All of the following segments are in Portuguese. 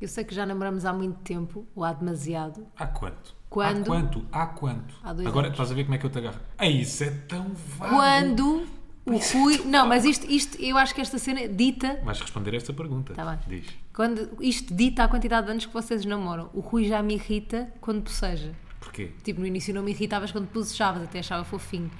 Eu sei que já namoramos há muito tempo, ou há demasiado. Há quanto? Quando? Há quanto? Há quanto? Há dois Agora anos. estás a ver como é que eu te agarro. Ah, isso é tão vago. Quando o Rui. Não, mas isto, isto, eu acho que esta cena dita. Vais responder esta pergunta. Tá bem. Diz. Quando, isto dita a quantidade de anos que vocês namoram. O Rui já me irrita quando boceja. Porquê? Tipo, no início não me irritavas quando bocejavas, até achava fofinho.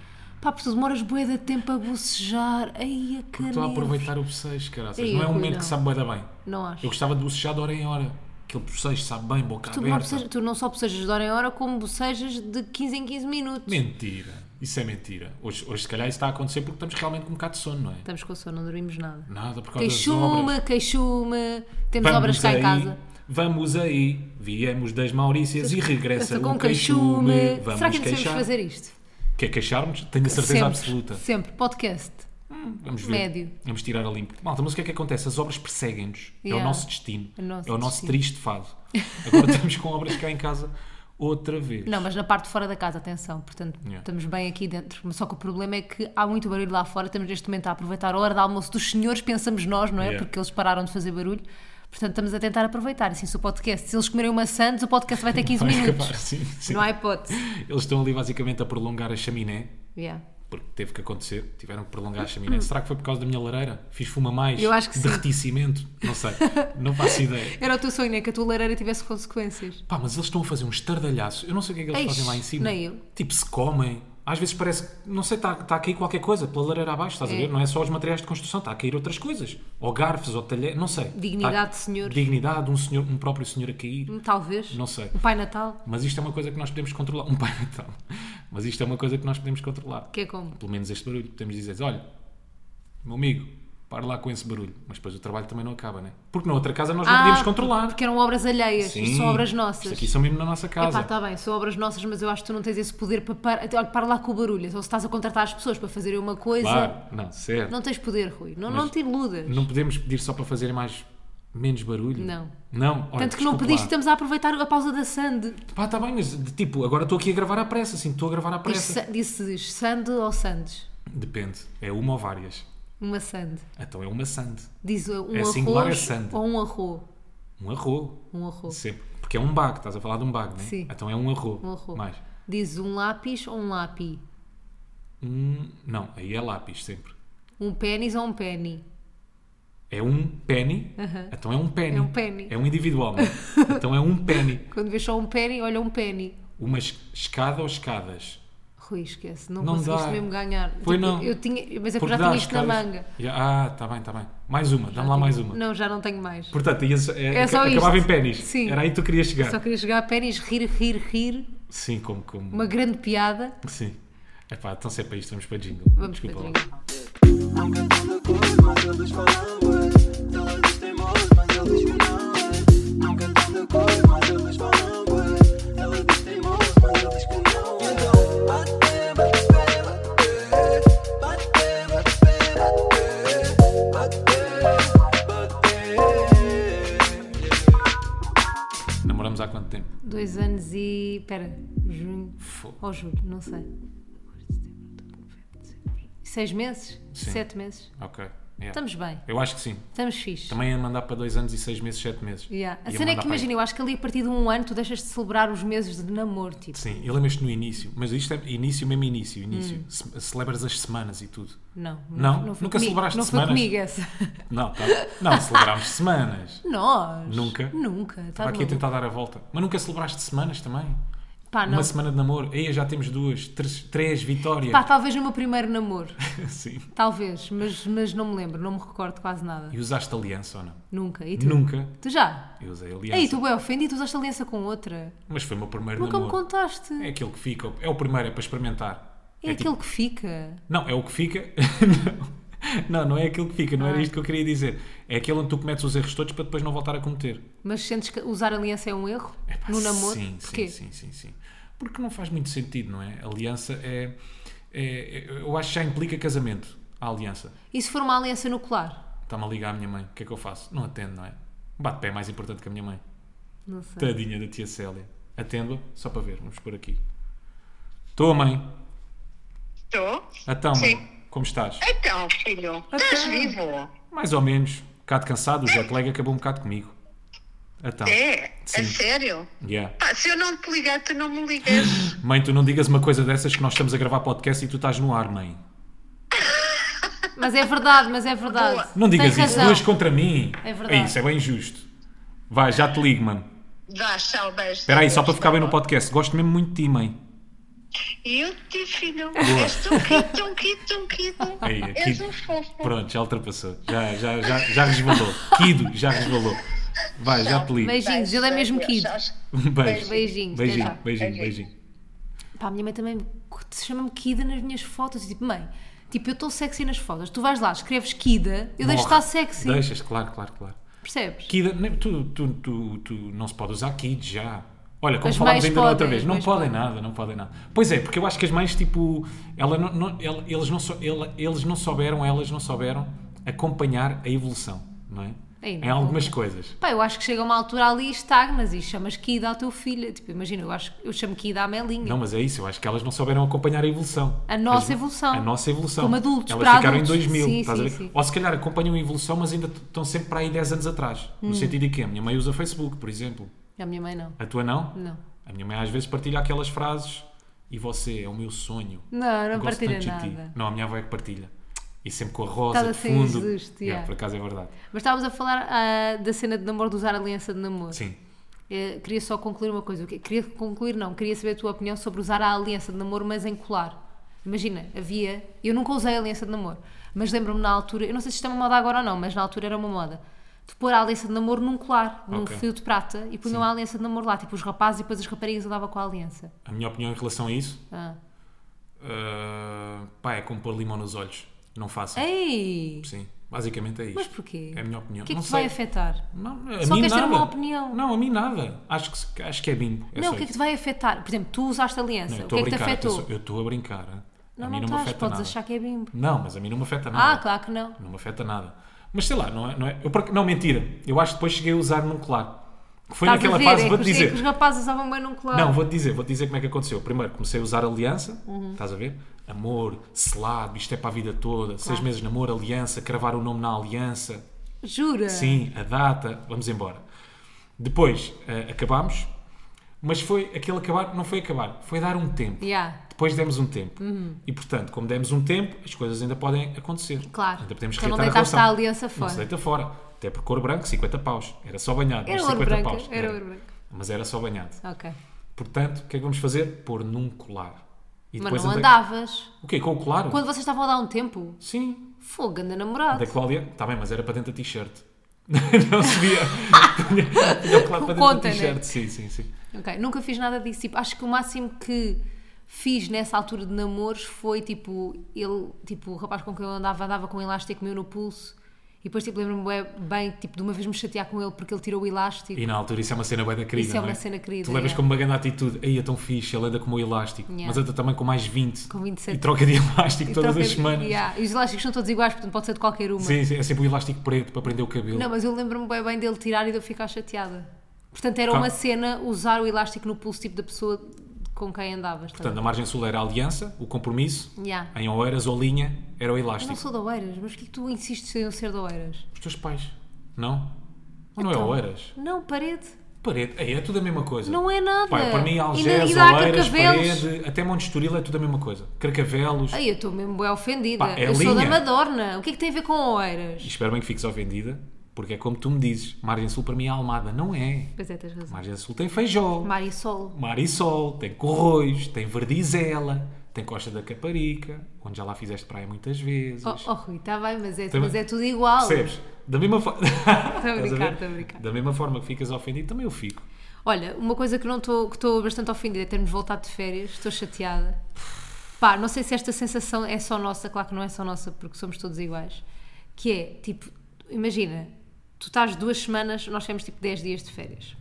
Pá, porque tu demoras bué de tempo a bocejar. Ai, a Porque Estou a caneta. aproveitar o bocejo, caraças. Tá Ei, não é um Rui, momento não. que sabe bué da bem. Não acho. Eu gostava de bocejar de hora em hora. Aquele bocejo sabe bem, boca Tu não, aberta. bocejas- tu não só bocejas de hora em hora, como bocejas de 15 em 15 minutos. Mentira. Isso é mentira. Hoje, hoje, se calhar, isso está a acontecer porque estamos realmente com um bocado de sono, não é? Estamos com sono, não dormimos nada. Nada por causa das obras. Queixume, queixume. Temos obras cá aí, em casa. Vamos aí, viemos das Maurícias e regressa Essa o com um queixume. queixume. Vamos Será que ainda queixar. sabemos fazer isto? Quer queixarmos? é Tenho a certeza sempre, absoluta. Sempre. Podcast. Vamos ver. Médio. Vamos tirar a limpo. Malta, mas o que é que acontece? As obras perseguem-nos. É o Yeah. nosso destino. O nosso é o nosso destino. triste fado. Agora estamos com obras cá em casa outra vez. Não, mas na parte de fora da casa, atenção. Portanto, Yeah. estamos bem aqui dentro. Mas Só que o problema é que há muito barulho lá fora. Estamos neste momento a aproveitar a hora de almoço dos senhores, pensamos nós, não é? Yeah. Porque eles pararam de fazer barulho. Portanto, estamos a tentar aproveitar. Assim, se o podcast, se eles comerem uma Sands, o podcast vai ter 15 Vai minutos. acabar, sim, sim. Não há hipótese. Eles estão ali basicamente a prolongar a chaminé, Yeah. porque teve que acontecer, tiveram que prolongar a chaminé. Será que foi por causa da minha lareira? Fiz fuma mais? Hum. Eu acho que sim. derreti cimento? Não sei, não faço ideia. Era o teu sonho, é que a tua lareira tivesse consequências. Pá, mas eles estão a fazer um estardalhaço. Eu não sei o que é que eles Eish, fazem lá em cima. nem eu. Tipo, se comem. Às vezes parece que, não sei, está tá a cair qualquer coisa pela lareira abaixo, estás a É. ver? Não é só os materiais de construção, está a cair outras coisas. Ou garfos, ou talher, não sei. Dignidade de Tá- senhores. Dignidade, um, senhor, um próprio senhor a cair. Hum, Talvez. Não sei. O Pai Natal, Mas isto é uma coisa que nós podemos controlar. Um pai natal. Mas isto é uma coisa que nós podemos controlar. que é como? Pelo menos este barulho. Podemos dizer, olha, meu amigo, para lá com esse barulho. Mas depois o trabalho também não acaba, né? Porque na outra casa nós não podemos controlar. Ah, Porque eram obras alheias, isto são obras nossas. Isto aqui são mesmo na nossa casa. Epá, está bem, são obras nossas, mas eu acho que tu não tens esse poder para, para, olha, para lá com o barulho. Ou se estás a contratar as pessoas para fazerem uma coisa, Claro, não, certo. Não, não tens poder, Rui. Não, não te iludas. podemos pedir só para fazerem mais menos barulho. Não. Não, olha, Tanto que não desculpa pediste, lá. estamos a aproveitar a pausa da Sand. Pá, está bem, mas de- tipo, agora estou aqui a gravar à pressa, assim, estou a gravar à pressa. Dizes Sand ou Sandes? Depende, é uma ou várias. Uma Sand. Então é uma sand, Diz um É singular, é arroz sand. ou um arro. um arro, Um arro. sempre. Porque é um bago, estás a falar de um bago, não é? Sim. Então é um arro. Um arro. Mais. Diz um lápis ou um lápi. Um, não, aí é lápis, sempre. Um pênis ou um penny. É um penny, então é um penny. É um penny. É um individual, não é? então é um penny. Quando vês só um penny, olha um penny. Uma es- escada ou escadas? Rui, esquece, não, Não conseguiste dá. mesmo ganhar. Pois Tipo, não. Eu tinha, mas é que Porque já dá tinha às isto na caras- manga. Ya, ah, tá bem, tá bem. Mais uma, dá-me lá mais uma. Não, já não tenho mais. Portanto, ias, é, É só isto. acabava em pênis. Sim. Era aí que tu querias chegar. Só queria jogar a pênis, rir, rir, rir. Sim, como. como... Uma grande piada. Sim. Epá, então se é para isto, vamos para jingle. Vamos Desculpa para lá. jingle. Nunca tudo corre, mas eles falam é. Todos teimos, mas eles que não é. Nunca tudo corre, mas eles falam é. Eles teimos, mas eles que não é. Então, bate, bate, bate, bate, bate, bate, bate, bate. Namoramos há quanto tempo? Dois anos e. Espera, junho. Fo- Ou julho, não sei. Seis meses? Sim. Sete meses? Ok. yeah. Estamos bem. Eu acho que sim. Estamos fixe. Também ia mandar para dois anos e seis meses, sete meses. Yeah. A Ia cena é mandar que para aí. imagina, eu acho que ali a partir de um ano tu deixas de celebrar os meses de namoro, tipo. Sim, eu lembro-te no início, mas isto é início mesmo início, início. Hum. Ce- Celebras as semanas e tudo. Não. Não? foi Nunca comigo. celebraste Não semanas? foi comigo essa. Não, tá. não, celebrámos Tá semanas. Nós. Nunca? Nunca. Tá Estava aqui a maluco. tentar dar a volta. Mas nunca celebraste semanas também? Pá, Ah, não. Uma semana de namoro, aí já temos duas, três, três vitórias. Pá, talvez no meu primeiro namoro. Sim. Talvez, mas, mas não me lembro, não me recordo quase nada. E usaste aliança ou não? Nunca. E tu? Nunca. Tu já? Eu usei aliança. Ei, tu é ofendido, usaste aliança com outra. Mas foi o meu primeiro Nunca me namoro. contaste. É aquele que fica. É o primeiro, é para experimentar. É, tipo- aquele que fica. Não, é o que fica. não, não é aquele que fica, não era Ah. isto que eu queria dizer. É aquele onde tu cometes os erros todos para depois não voltar a cometer. Mas sentes que usar aliança é um erro? Epá, no namoro? Sim, Porquê? sim, sim, sim, sim. Porque não faz muito sentido, não é? Aliança é, é- Eu acho que já implica casamento. A aliança. E se for uma aliança nuclear? Está-me a ligar a minha mãe. O que é que eu faço? Não atendo, não é? Um bate-pé é mais importante que a minha mãe. Não sei. Tadinha da tia Célia. Atendo-a, só para ver. Vamos por aqui. Estou, mãe. Estou? Então, mãe. Sim. Como estás? Então, filho, estás vivo? Mais ou menos. Um bocado cansado. O jet lag acabou um bocado comigo. Então. É? Sim. A sério? Yeah. Pá, se eu não te ligar, tu não me ligas. Mãe, tu não digas uma coisa dessas que nós estamos a gravar podcast e tu estás no ar, mãe. Mas é verdade, mas é verdade. Boa. Não digas Tens isso, razão. duas contra mim. É verdade. Isso é bem injusto. Vai, já te ligo, mano. Vá, tchau, beijo. Espera aí, só para ficar bem no podcast. Gosto mesmo muito de ti, mãe. Eu te filho. És tão quito, tão quito, tão quito. Tá Aí, És aqui- um fofo. Pronto, já ultrapassou. Já, já, já, já resvalou. Kido, já resvalou. Vai, já te ligo. Beijinho. Beijinhos, ele é mesmo Beijo, quito. tchau. Um Beijo. Beijinhos, Beijinho, tchau, tchau. beijinho, Beijinho. beijinho. Pá, a minha mãe também se chama-me Kida nas minhas fotos. E tipo, mãe, tipo, eu estou sexy nas fotos. Tu vais lá, escreves Kida, eu deixo de estar Morre. sexy. Deixas, claro, claro, claro. Percebes? Kid, nem- tu, tu, tu, tu não se pode usar kid já. Olha, como As falámos mães ainda da outra podem, vez, as não mães podem podem. nada, não podem nada. Pois é, porque eu acho que as mães, tipo, ela não, não- ela- eles, não sou- ela- eles não souberam, elas não souberam acompanhar a evolução, não é? Ei, em não, algumas não. coisas. Pá, eu acho que chega uma altura ali e estagnas e chamas Kida ao teu filho. Tipo, imagina, eu, acho, eu chamo Kida à Melinha. Não, mas é isso, eu acho que elas não souberam acompanhar a evolução. A nossa As- evolução. A nossa evolução. Como adultos, Elas para ficaram adultos. em 2000, Sim, estás a sim, ver? sim. Ou se calhar acompanham a evolução, mas ainda t- estão sempre para aí 10 anos atrás. Hum. No sentido de que a minha mãe usa Facebook, por exemplo. A minha mãe não. A tua não? Não. A minha mãe às vezes partilha aquelas frases e você é o meu sonho. Não, não Gosto partilha tanto de ti." nada. Não, a minha avó é que partilha. E sempre com a rosa Estás a de ser fundo. injusto, yeah. Por acaso é verdade. Mas estávamos a falar ah, da cena de namoro, de usar a aliança de namoro. Sim. Eh, queria só concluir uma coisa. O que- Queria concluir, não. Queria saber a tua opinião sobre usar a aliança de namoro, mas em colar. Imagina, havia. Eu nunca usei a aliança de namoro, mas lembro-me na altura. Eu não sei se isto é uma moda agora ou não, mas na altura era uma moda. De pôr a aliança de namoro num colar, num Ok. fio de prata, e punham a aliança de namoro lá, tipo os rapazes e depois as raparigas andavam com a aliança. A minha opinião em relação a isso, Ah. ah, pá, é como pôr limão nos olhos. Não façam. Ei! Sim. Basicamente é isto. Mas porquê? É a minha opinião. O que é que não te sei. vai afetar? Não, a Só mim queres ter nada. uma opinião. Não, a mim nada. Acho que, se- acho que é bimbo. É não, só o que é que isso. te vai afetar? Por exemplo, tu usaste a aliança, Não, eu o estou que é que a te brincar. afetou? atenção, Eu estou a brincar. hein? a Não, não, mim não, me estás, afeta podes nada. achar que é bimbo. Não, mas a mim não me afeta nada. Ah, claro que não. Não me afeta nada. Mas sei lá, não é. Não, é- eu por ac- não, mentira. Eu acho que depois cheguei a usar num colar. Que foi Estás a naquela ver? fase, É que vou-te os- é dizer. que os rapazes usavam bem num colar. Não, vou-te dizer, vou-te dizer como é que aconteceu. Primeiro comecei a usar aliança, Uhum. estás a ver? Amor, selado, isto é para a vida toda. Seis meses de namoro, aliança, cravar o nome na aliança. Jura? Sim, a data, vamos embora. Depois eh, acabámos, mas foi aquele acabar, não foi acabar, foi dar um tempo. Yeah. Uhum. Depois demos um tempo. E portanto, como demos um tempo, as coisas ainda podem acontecer. Claro. Ainda podemos Então não reatar deitaste relação. a aliança fora. Não se deita fora. Até por cor branco, 50 paus. Era só banhado. Era mas ouro 50 branco, paus. era ouro branco. Mas era só banhado. Ok. Portanto, o que é que vamos fazer? Pôr num colar. E Mas não andei- andavas. O quê? Com o colar? Quando vocês estavam a dar um tempo, Sim, fogo, anda namorado. da Cláudia, está bem, mas era para dentro da t-shirt. não subia. Tinha- tinha um claro para dentro Conta, né? da t-shirt, sim, sim, sim. Ok, nunca fiz nada disso. Tipo, acho que o máximo que fiz nessa altura de namoros foi tipo, ele, tipo, o rapaz com quem eu andava, andava com um elástico meu no pulso. E depois, tipo, lembro-me bué bem, tipo, de uma vez me chatear com ele porque ele tirou o elástico. E na altura isso é uma cena bem da querida, Isso é não uma cena querida, Tu levas yeah. como uma grande atitude, aí é tão fixe, ele anda com o elástico, Yeah. mas anda também com mais 20. Com 27. E troca de elástico E todas troca- as semanas. Então, Yeah, E os elásticos são todos iguais, portanto pode ser de qualquer uma. Sim, sim, é sempre o elástico preto para prender o cabelo. Não, mas eu lembro-me bem, bem dele tirar e de eu ficar chateada. Portanto, era Claro. uma cena usar o elástico no pulso tipo da pessoa com quem andavas. tá Portanto, a margem sul era a aliança, o compromisso, Yeah. em Oeiras ou Linha era o eu elástico. não sou de Oeiras, mas porquê que tu insistes em eu ser de Oeiras? Os teus pais, não? Ou não é Então. Oeiras? Não, parede. Parede, aí é tudo a mesma coisa. Não é nada. Pá, para mim, Algés, e dá Oeiras, carcavelos. Parede, até Monte Estoril é tudo a mesma coisa. Carcavelos, Ai, eu estou mesmo bem ofendida. Pá, é eu sou da linha. Madorna. O que é que tem a ver com Oeiras? e espero bem que fiques ofendida, porque é como tu me dizes, Margem Sul para mim é Almada, não é. Pois é, tens razão. Margem Sul tem feijó, Mar e Sol. mar e sol, tem corroios, tem verdizela, tem Costa da Caparica, onde já lá fizeste praia muitas vezes. Oh, oh, Rui, está bem, mas é, Também- mas é tudo igual. Percebes? Da mesma forma. a brincar, estou a brincar. Da mesma forma que ficas ofendido, também eu fico. Olha, uma coisa que não estou que estou bastante ofendida é termos voltado de férias, estou chateada. Pá, não sei se esta sensação é só nossa, claro que não é só nossa, porque somos todos iguais. Que é, tipo, imagina, tu estás duas semanas, nós temos tipo 10 dias de férias.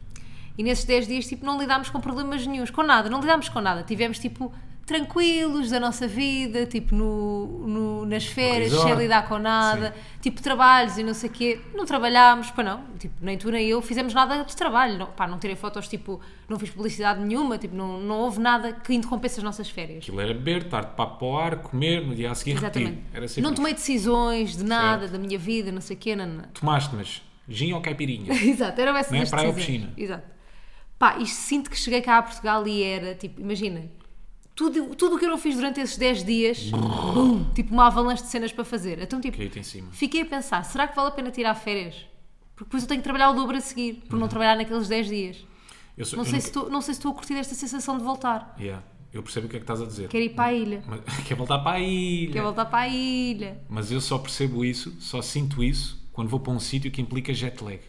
E nesses 10 dias, tipo, não lidámos com problemas nenhums, com nada, não lidámos com nada. Tivemos, tipo, tranquilos da nossa vida, tipo, no, no- nas férias, sem resort. lidar com nada Sim. tipo trabalhos e não sei o quê, não trabalhámos, pá não, tipo, nem tu nem eu fizemos nada de trabalho, não, pá, não tirei fotos, tipo, não fiz publicidade nenhuma, tipo, não, não houve nada que interrompesse as nossas férias. Aquilo era beber, estar de papo ao ar, comer, no dia a seguir repetir. Exatamente. Era assim sempre não isso. tomei decisões de nada, da minha vida, não sei o quê, nanana. Tomaste, mas Gin ou caipirinha? Exato, era essa Não é das praia ou decisões. piscina. Exato. Pá, e sinto que cheguei cá a Portugal e era, tipo, imagina, tudo tudo o que eu não fiz durante esses 10 dias, bum, tipo uma avalanche de cenas para fazer. Então, tipo, Caí-te em cima. fiquei a pensar, será que vale a pena tirar férias? Porque depois eu tenho que trabalhar o dobro a seguir, por não trabalhar naqueles 10 dias. Uhum. Eu, sou- Não eu sei, nunca- se estou, não sei se estou a curtir esta sensação de voltar. Yeah, eu percebo o que é que estás a dizer. Quero ir para a ilha. Mas- Quer voltar para a ilha. Quero voltar para a ilha. Mas eu só percebo isso, só sinto isso, quando vou para um sítio que implica jet lag.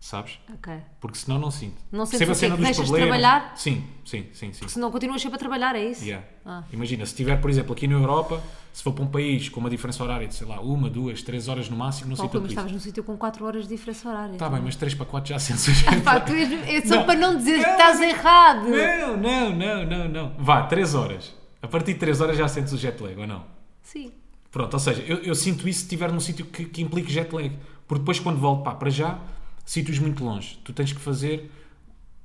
Sabes? Ok. Porque senão não sinto. Não sentes Percebo o quê? cena Que dos deixas de problemas. trabalhar? Sim, sim, sim, sim. Senão continuas sempre a trabalhar, é isso? Yeah. Ah. Imagina, se estiver, por exemplo, aqui na Europa, se for para um país com uma diferença horária de, sei lá, uma, duas, três horas no máximo, não Pá, Rui, mas sei tanto isso. estavas num sítio com 4 horas de diferença horária. Está bem, mas três para quatro já sentes o jet Pá, lag. tu és, é só Tá. Não. para não dizer que Não, estás errado. Não, é. não, não, não, não. Vá, três horas. A partir de três horas já sentes o jet lag, ou não? Sim. Pronto, ou seja, eu, eu sinto isso se estiver num sítio que, que implique jet lag. Porque depois, quando volto pá, para já, sítios muito longe, tu tens que fazer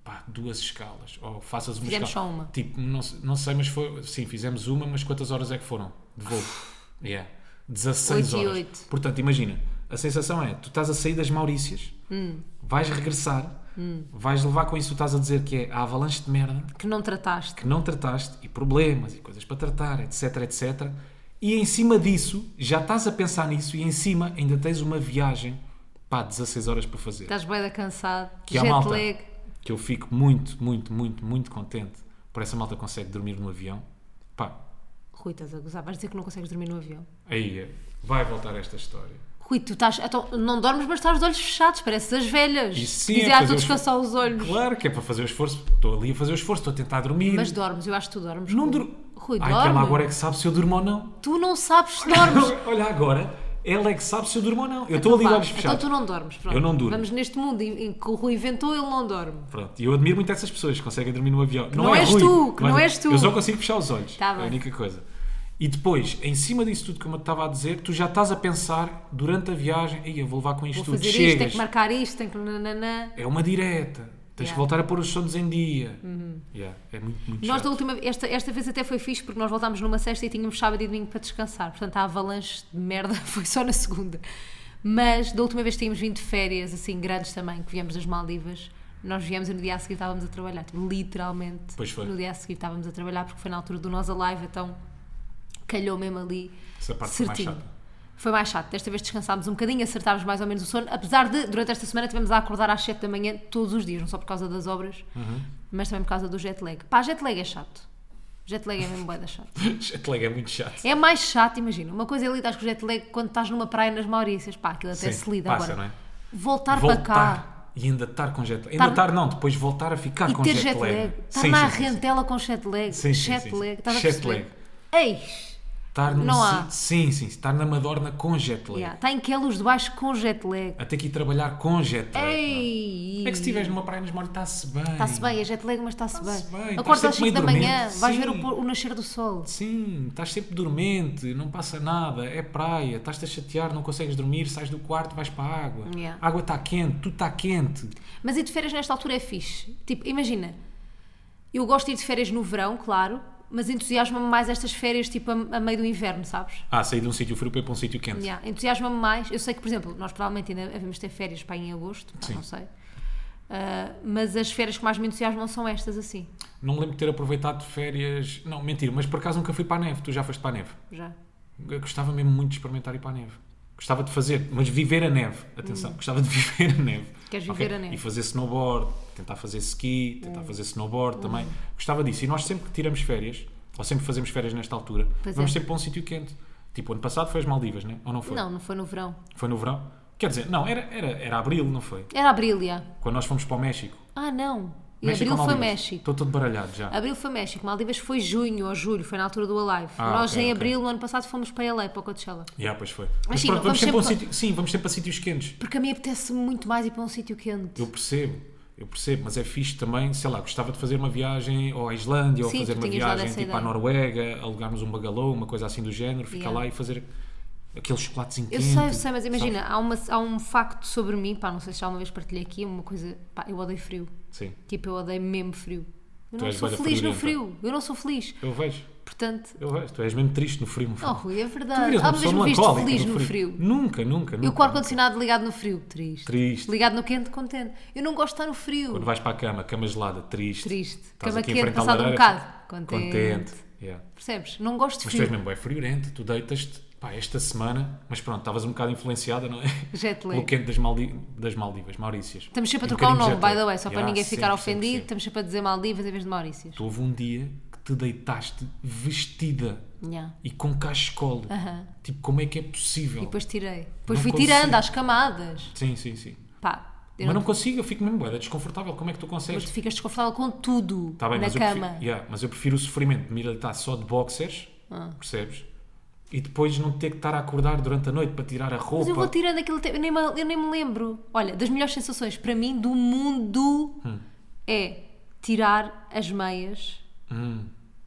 pá, duas escalas. Ou faças uma Fizemos escala. só uma. Tipo, não, se- não sei, mas foi. Sim, fizemos uma, mas quantas horas é que foram de voo? Yeah. 16 Oito e horas. oito. Portanto, imagina, a sensação é: tu estás a sair das Maurícias, Hum. vais regressar, vais levar com isso, tu estás a dizer que é a avalanche de merda Que não trataste. que não trataste e problemas e coisas para tratar, etc, etc. E em cima disso, já estás a pensar nisso e em cima ainda tens uma viagem pá, 16 horas para fazer. Estás bem cansado. que é a jet malta lag. que eu fico muito, muito, muito, muito contente por essa malta que consegue dormir no avião. Pá, Rui, estás a gozar. Vais dizer que não consegues dormir no avião. aí é, vai voltar esta história. Rui, tu estás. Então, não dormes, mas estás de olhos fechados. Pareces as velhas. Isso sim, Dizem, é ah, estou fazer a o descansar os olhos. Claro que é para fazer o esforço, estou ali a fazer o esforço, estou a tentar dormir. Mas dormes, eu acho que tu dormes. não Rui. durmo. Rui, Ai, dorme. ela agora é que sabe se eu durmo ou não. Tu não sabes se dormes. Olha, agora ela é que sabe se eu durmo ou não. Eu estou ali de Pá, olhos Então fechados. tu não dormes. Pronto. Eu não durmo. Vamos neste mundo em em que o Rui inventou, ele não dorme. Pronto, e eu admiro muito essas pessoas que conseguem dormir no avião. é não és ruim, tu, que mas não és tu. Eu só consigo fechar os olhos. Tá é a bem. única coisa. E depois, em cima disso tudo que eu estava a dizer, tu já estás a pensar durante a viagem, ei, eu vou levar com isto Vou tudo. fazer isto, Chegas, tenho que marcar isto, tenho que. nananã. é uma direta. Yeah. Tens Uhum. que voltar a pôr os sons em dia. Yeah, É muito, muito Nós chato. da última esta, esta vez até foi fixe porque nós voltámos numa sexta e tínhamos sábado e domingo para descansar. Portanto, a avalanche de merda foi só na segunda. Mas da última vez que tínhamos vindo de férias, assim, grandes também, que viemos das Maldivas, nós viemos e no dia a seguir estávamos a trabalhar. Tipo, literalmente. Pois foi. No dia a seguir estávamos a trabalhar porque foi na altura do Nós Alive, então calhou mesmo ali. Essa parte foi mais chata. Foi mais chato. Desta vez descansámos um bocadinho, acertámos mais ou menos o sono, apesar de durante esta semana tivemos a acordar às 7 da manhã todos os dias, não só por causa das obras, Uhum. mas também por causa do jet lag. Pá, jet lag é chato. Jet lag é mesmo bué da chato. Jet lag é muito chato. É mais chato, imagina. Uma coisa é lidar com o jet lag quando estás numa praia nas Maurícias, pá, aquilo até Sim, se lida passa, agora. não é? Voltar, voltar para cá e ainda estar com jet lag. Tar- Ainda estar, não, depois voltar a ficar e com ter jet lag. Estar Sim, na sim, sim, sim. rentela com jet lag. Sim, sim, jet sim, sim. lag. Estás a Jet perceber? Eis! Estar num Não si- há. Sim, sim, estar na Madorna com jet lag. Yeah, Está em quelos de baixo com jet lag. Até que ir trabalhar com jet lag. não Ei! É É que se estiveres numa praia nos mares, está-se bem. Está-se bem, é jet lag, mas está-se bem. Está-se bem, Acordas estás às sempre 5 da meio manhã, dormente, vais sim. ver o, pôr- o nascer do sol. Sim, estás sempre dormente, não passa nada, é praia, estás-te a chatear, não consegues dormir, sais do quarto, vais para a água. Yeah. A água está quente, tudo está quente. Mas ir de férias nesta altura é fixe. Tipo, imagina, eu gosto de ir de férias no verão, claro, mas entusiasma-me mais estas férias, tipo, a, a meio do inverno, sabes? Ah, saí de um sítio frio para ir para um sítio quente. Yeah, entusiasma-me mais. Eu sei que, por exemplo, nós provavelmente ainda havíamos ter férias para em agosto, pá, Sim. não sei. Ah, mas as férias que mais me entusiasmam são estas, assim, Não me lembro de ter aproveitado férias. Não, mentira, mas por acaso nunca fui para a neve, tu já foste para a neve. já. Eu gostava mesmo muito de experimentar ir para a neve. Gostava de fazer, mas viver a neve, atenção, gostava de viver a neve. Hum. Queres Ok? viver a neve. Hum. E fazer snowboard, tentar fazer ski, tentar fazer snowboard também. Gostava disso. E nós sempre que tiramos férias, ou sempre fazemos férias nesta altura, Pois vamos é. sempre para um sítio quente. Tipo, ano passado foi as Maldivas, né? Ou não foi? Não, não foi no verão. Foi no verão? Quer dizer, não, era, era, era abril, não foi? Era abril, já. Quando nós fomos para o México. Ah, não. E México ou abril foi Maldivas? México. Ah. Estou todo baralhado já. Abril foi México, Maldivas foi junho ou julho, foi na altura do Alive. Ah, Nós ok, em ok. abril, no ano passado fomos para LA, para o Coachella. Yeah, pois foi. sim, vamos pronto, vamos, sempre a um sempre- sítio- Sim, vamos sempre a sítios quentes. Porque a mim apetece muito mais ir para um sítio quente. Eu percebo, eu percebo, mas é fixe também, sei lá, gostava de fazer uma viagem ou à Islândia Sim, ou fazer tu uma tinhas dado viagem essa tipo à ideia. Noruega, alugarmos um bagalô, uma coisa assim do género, ficar Yeah. lá e fazer aquele chocolatezinho Eu quente. sei, eu sei, mas sabe? imagina, há, uma- há um facto sobre mim, pá, não sei se já uma vez partilhei aqui, uma coisa, pá, eu odeio frio. Sim, Tipo, eu odeio mesmo frio. Eu Tu não és sou bué da feliz no friorenta. frio, eu não sou feliz. eu vejo. Portanto, Eu vejo, tu és mesmo triste no frio. No frio. oh Rui, é Tu verdade. virias uma Ah, mas pessoa me viste melancólica feliz no no frio. Nunca, nunca, nunca. Eu com o ar-condicionado ligado no frio, triste. Triste. Ligado no quente, contente. Eu não gosto de estar no frio. Quando vais para a cama, cama gelada, triste. Triste. Estás Cama aqui em quente, frente à passado um lareira, bocado, contente. Contente. yeah. Percebes? Não gosto de Mas tu és frio. mesmo bem friorento, tu deitas-te, pá, esta semana, mas pronto, estavas um bocado influenciada, não é? Jet lag. Pelo quente das, Maldi- das Maldivas, Maurícias. Estamos sempre a Um trocar o bocadinho nome, de jet by the lag. way, só para Yeah, ninguém ficar Ah, sempre, sempre, ofendido. sempre. Estamos sempre a dizer Maldivas em vez de Maurícias. Tu Houve um dia que te deitaste vestida Yeah. e com cachecol. Aham. Tipo, como é que é possível? E depois tirei. Depois Não fui consigo. tirando às camadas. Sim, sim, sim. Pá, eu Mas não- não consigo, eu fico mesmo bué, é desconfortável. Como é que tu mas consegues? tu ficas desconfortável com tudo Tá bem, na mas, Eu cama. prefiro, yeah, mas eu prefiro o sofrimento de me ir deitar só de boxers, Ah. percebes? E depois não ter que estar a acordar durante a noite para tirar a roupa. Mas eu vou tirando aquele tempo, eu nem, me, eu nem me lembro. Olha, das melhores sensações para mim do mundo Hum. é tirar as meias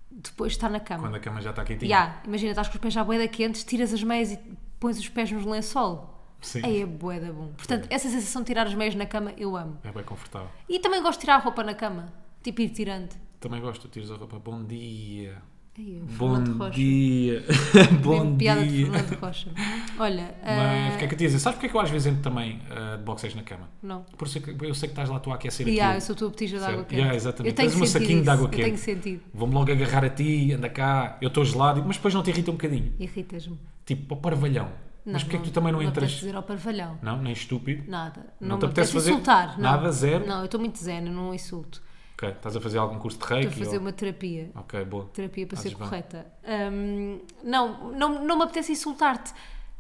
depois de estar na cama. Hum. Quando é a cama já está quentinha. Ya, imagina, estás com os pés já boeda quentes, tiras as meias e pões os pés nos lençol. Sim. Aí é boeda bom. Portanto, essa sensação de tirar as meias na cama eu amo. É bem confortável. E também gosto de tirar a roupa na cama, tipo ir tirando. Também gosto, tiras a roupa. Bom dia. Aí, o Fernando Bom Rocha. dia. Bom Mesmo piada de dia. Fernando Rocha. Olha, Mas ah, o que é que eu te ia dizer? Sabes porque é que eu às vezes entro também ah, de boxers na cama? não. Por isso é que eu sei que estás lá tu a aquecer Ya, aquilo. eu sou a tua botija de água Certo. quente. Ya, exatamente. Eu tenho Tens um sentido saquinho de água isso, Eu quente. tenho sentido. Vou-me logo agarrar a ti, anda cá, eu estou gelado, mas depois não te irrita um bocadinho. Irritas-me. Tipo, para o parvalhão. Não, mas porquê é que tu também não, Não apetece entras? dizer ao parvalhão. Não, nem estúpido. Nada. Não Não, te me apetece apetece fazer insultar. não. nada, zero? É Não, eu estou muito zen, eu não insulto. Ok, estás a fazer algum curso de Estou a reiki? fazer ou- uma terapia. Ok, boa. Terapia para Fazes ser bem. correta. Hum, não, não, não me apetece insultar-te.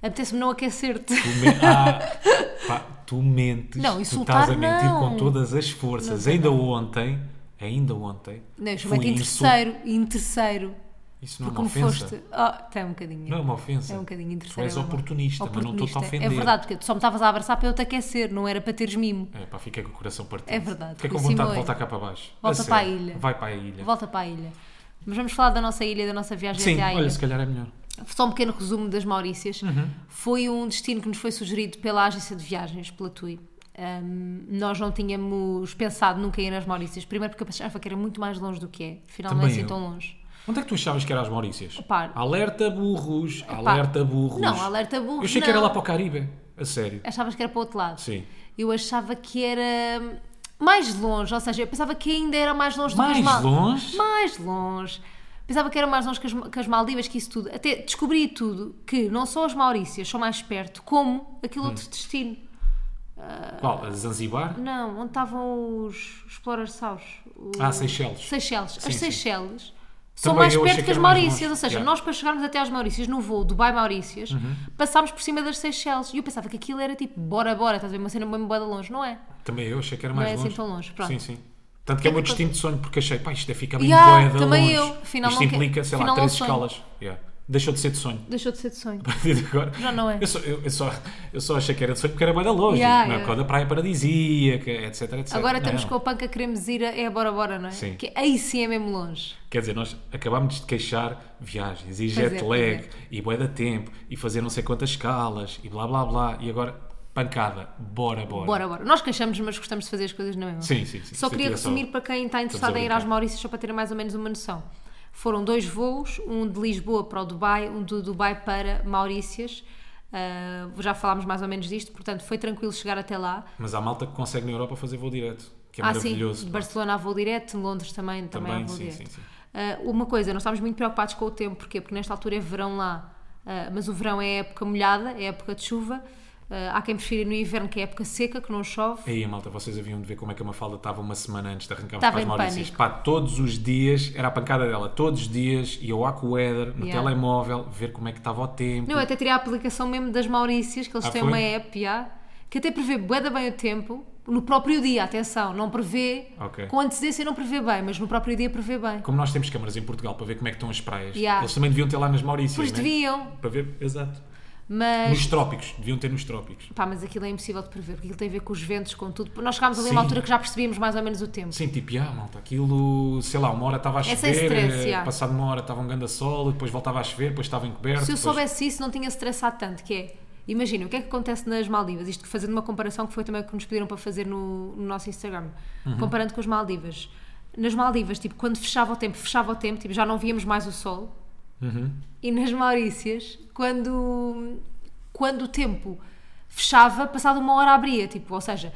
Apetece-me não aquecer-te. Tu, men- Ah, pá, tu mentes. Não, tu insultar estás a mentir não. com todas as forças. ainda ontem, ainda ontem. Não, eu fui chamei-te em insul- terceiro. Em terceiro. Isso não é Porque me uma ofensa. foste. Oh, tá um bocadinho. Não é uma ofensa. É um bocadinho Tu interessante. és oportunista, mas não estou-te a ofender. É verdade, porque tu só me estavas a abraçar para eu te aquecer, não era para teres mimo. É, pá, fiquei com o coração partido. É verdade, Fiquei com Rui vontade de Simões. voltar cá para baixo. Volta sério. para a ilha. Vai para a ilha. Volta para a ilha. Mas vamos falar da nossa ilha, da nossa viagem Sim, até à ilha. olha, se calhar Uhum. é melhor. Só um pequeno resumo das Maurícias. Foi um destino que nos foi sugerido pela agência de viagens, pela TUI. Ahm, nós não tínhamos pensado nunca ir nas Maurícias. Primeiro porque eu achava que era muito mais longe do que é. Afinal, não é Também assim eu. tão longe. Onde é que tu achavas que eram as Maurícias? Epá. Alerta burros, alerta burros. Não, alerta burros, Eu achei que era não. lá para o Caribe, a sério. Achavas que era para o outro lado. Sim. Eu achava que era mais longe, ou seja, eu pensava que ainda era mais longe do que Mais as Mal- longe? Mais longe. Pensava que era mais longe que as, que as Maldivas, que isso tudo. Até descobri tudo, que não só as Maurícias são mais perto, como Hum. aquele outro destino. Qual? A Zanzibar? Não, onde estavam os explorers saus? O- Ah, Seychelles. Seychelles. As sim. Seychelles são Também mais eu achei perto que que as era mais Maurícias. longe. Ou seja, Yeah. Uhum. nós para chegarmos até às Maurícias, no voo Dubai-Maurícias, passámos por cima das Seychelles. E eu pensava que aquilo era tipo, bora, bora, estás a ver, uma cena mesmo bué de longe, não é? Também eu achei que era mais é assim longe. tão longe, pronto. Sim, sim. Tanto que é o meu que- destino de sonho, porque achei, pá, isto é ficar bem Yeah, boeda também longe. eu. Afinal, isto não que- implica, sei afinal, lá, não três sonho. escalas. Yeah. Deixou de ser de sonho. Deixou de ser de sonho. A partir de agora. Já não é. Eu só, eu, eu só, eu só achei que era de sonho porque era bem da longe. Yeah, não é? yeah. Quando a praia é paradisíaca, etc, etc. Agora Não. estamos com a panca, queremos ir a, é a Bora Bora, não é? Sim. Que aí sim é mesmo longe. Quer dizer, nós acabámos de queixar viagens e Pois é, jet pois lag é. e bué da tempo e fazer não sei quantas escalas e blá blá blá e agora pancada, bora bora. Bora, bora. Nós queixamos, mas gostamos de fazer as coisas na mesma. Sim, sim, sim. Só Isto queria aqui é só- resumir para quem está interessado em ir brincar. às Maurícias, só para terem mais ou menos uma noção. Foram dois voos, um de Lisboa para o Dubai, um do Dubai para Maurícias. Ah, já falámos mais ou menos disto, portanto foi tranquilo chegar até lá. Mas há malta que consegue na Europa fazer voo direto, que é ah, sim, maravilhoso. de pá. Barcelona a voo direto, de Londres também, também, Também, há voo sim, direto. sim, sim. Ah, uma coisa, não estamos muito preocupados com o tempo, porquê? Porque nesta altura é verão lá, ah, mas o verão é época molhada, é época de chuva. Ah, há quem prefira ir no inverno, que é época seca, que não chove. Aí, malta, vocês haviam de ver como é que a Mafalda estava uma semana antes de arrancarmos Estava para as em Maurícias. pânico. Pá, todos os dias, era a pancada dela, todos os dias, ia ao Aquaweather, no Yeah. telemóvel, ver como é que estava o tempo. Não, eu até tirei a aplicação mesmo das Maurícias, que eles Ah, têm foi? uma app, já, que até prevê bué da bem o tempo, no próprio dia, atenção, não prevê, Ok. com antecedência não prevê bem, mas no próprio dia prevê bem. Como nós temos câmaras em Portugal para ver como é que estão as praias, Yeah. eles também deviam ter lá nas Maurícias, Pois né? deviam, É. Para ver, exato. mas... Nos trópicos, deviam ter nos trópicos. Pá, mas aquilo é impossível de prever, porque aquilo tem a ver com os ventos, com tudo. Nós chegámos ali a Sim. uma altura que já percebíamos mais ou menos o tempo. Sim, tipo, ah, malta, aquilo, sei lá, uma hora estava a É chover, sem stress, eh, yeah. passado uma hora estava um ganda sol, depois voltava a chover, depois estava encoberto. Se eu depois- soubesse isso, não tinha estressado tanto, que é... Imagina, o que é que acontece nas Maldivas? Isto fazendo uma comparação que foi também o que nos pediram para fazer no, no nosso Instagram. Comparando com as Maldivas. Nas Maldivas, tipo, quando fechava o tempo, fechava o tempo, tipo, já não víamos mais o sol. E nas Maurícias, quando, quando o tempo fechava, passado uma hora abria, tipo, ou seja,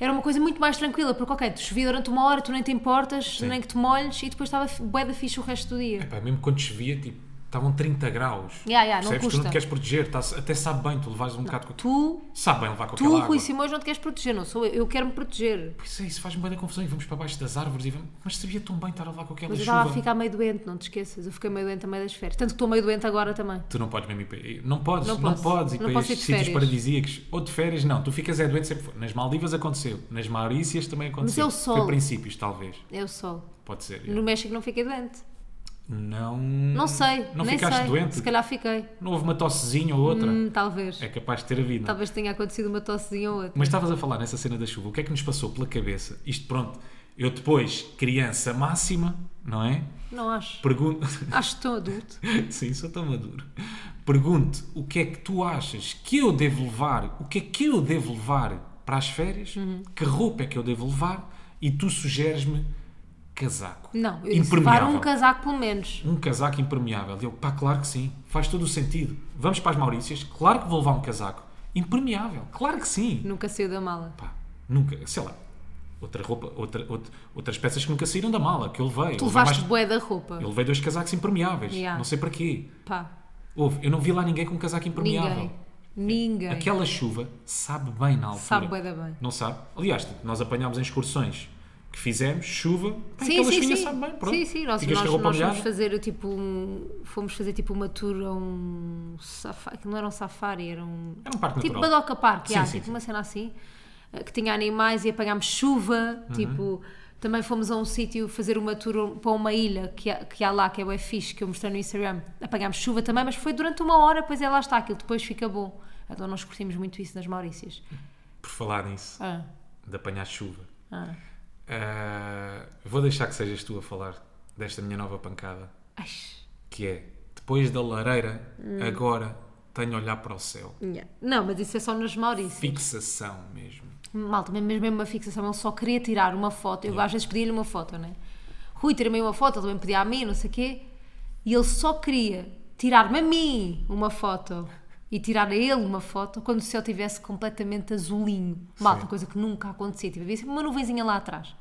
era uma coisa muito mais tranquila, porque ok, tu chovia durante uma hora, tu nem te importas, nem que te molhes, e depois estava bué da fixe o resto do dia. Epá, mesmo quando chovia, tipo, estavam 30 graus. Yeah, yeah, não Percebes? Tu custa. não te queres proteger, tá- até sabe bem, tu levares um bocado com... Tu, Sabe bem levar com tu, aquela é água. Rui Simões, não te queres proteger, não sou eu, eu quero me proteger. Pois é, isso faz-me bem da confusão. E vamos para baixo das árvores e vamos... Mas sabia tão bem estar a levar com aquela Mas eu chuva. estava a ficar meio doente, não te esqueças, eu fiquei meio doente a meio das férias. Tanto que estou meio doente agora também. Tu não podes mesmo ir para... eh, Não podes, Não não, posso. podes ir Não para posso estes ir de sítios férias. paradisíacos. Ou de férias, não. Tu ficas é doente sempre. foi. Nas Maldivas aconteceu. Nas Maurícias também aconteceu. é o sol. Foi princípios, talvez. É o sol. Pode ser. No México não fiquei doente. Não... Não sei, Hum. Não nem ficaste sei. doente? Se calhar fiquei. Não houve uma tossezinha ou outra? Hum, talvez. É capaz de ter havido. não é? Talvez tenha acontecido uma tossezinha ou outra. Mas estavas a falar nessa cena da chuva, o que é que nos passou pela cabeça? Isto pronto, eu depois, criança máxima, não é? Não acho. Pergunto. Acho tão adulto. Sim, sou tão maduro. Pergunto o que é que tu achas que eu devo levar, o que é que eu devo levar para as férias, Uhum. que roupa é que eu devo levar e tu sugeres-me casaco. Não, eu disse levar um casaco pelo menos. um casaco impermeável. E eu, pá, claro que sim, faz todo o sentido. Vamos para as Maurícias, claro que vou levar um casaco impermeável, claro que sim. Nunca saiu da mala. Pá, nunca, sei lá, outra roupa, outra, outra- outras peças que nunca saíram da mala, que eu levei. Tu eu, levei levaste mais- bué da roupa. eu levei dois casacos impermeáveis, Yeah. não sei para quê. Pá, Houve, eu não vi lá ninguém com um casaco impermeável. ninguém. Ninguém. Aquela chuva sabe bem na altura. Sabe bué da bem. Não sabe? Aliás, tipo, nós apanhámos em excursões que fizemos, chuva, pá, então, Sim, aquela sim, chuvinha sim. sabe bem, pronto. sim, sim, nós, Ficas nós, com nós a roupa fomos molhada. fazer tipo um. Fomos fazer tipo uma tour a um safari, que não era um safari, era um. Era um parque tipo natural. Badoca Park, Sim, já, sim, tipo sim. uma cena assim, eh, que tinha animais e apanhámos chuva, Uhum. tipo. Também fomos a um sítio fazer uma tour para uma ilha que há, que há lá, que é o fixe, que eu mostrei no Instagram. Apanhámos chuva também, mas foi durante uma hora, pois é, lá está, aquilo depois fica bom. Então nós curtimos muito isso nas Maurícias. Por falar nisso, Ah, de apanhar chuva, ah. ah, vou deixar que sejas tu a falar desta minha nova pancada. Ai, que é depois da lareira, agora tenho a olhar para o céu. yeah. Não, mas isso é só nas Maurícias. Fixação mesmo. Malta, mesmo, mesmo uma fixação, ele só queria tirar uma foto. Eu às vezes pedia-lhe uma foto, né? Rui, tira-me uma foto, ele também pedia a mim, não sei o quê. E ele só queria tirar-me a mim uma foto e tirar a ele uma foto quando o céu estivesse completamente azulinho. Malta, Sim. coisa que nunca acontecia. Tipo, havia sempre uma nuvenzinha lá atrás.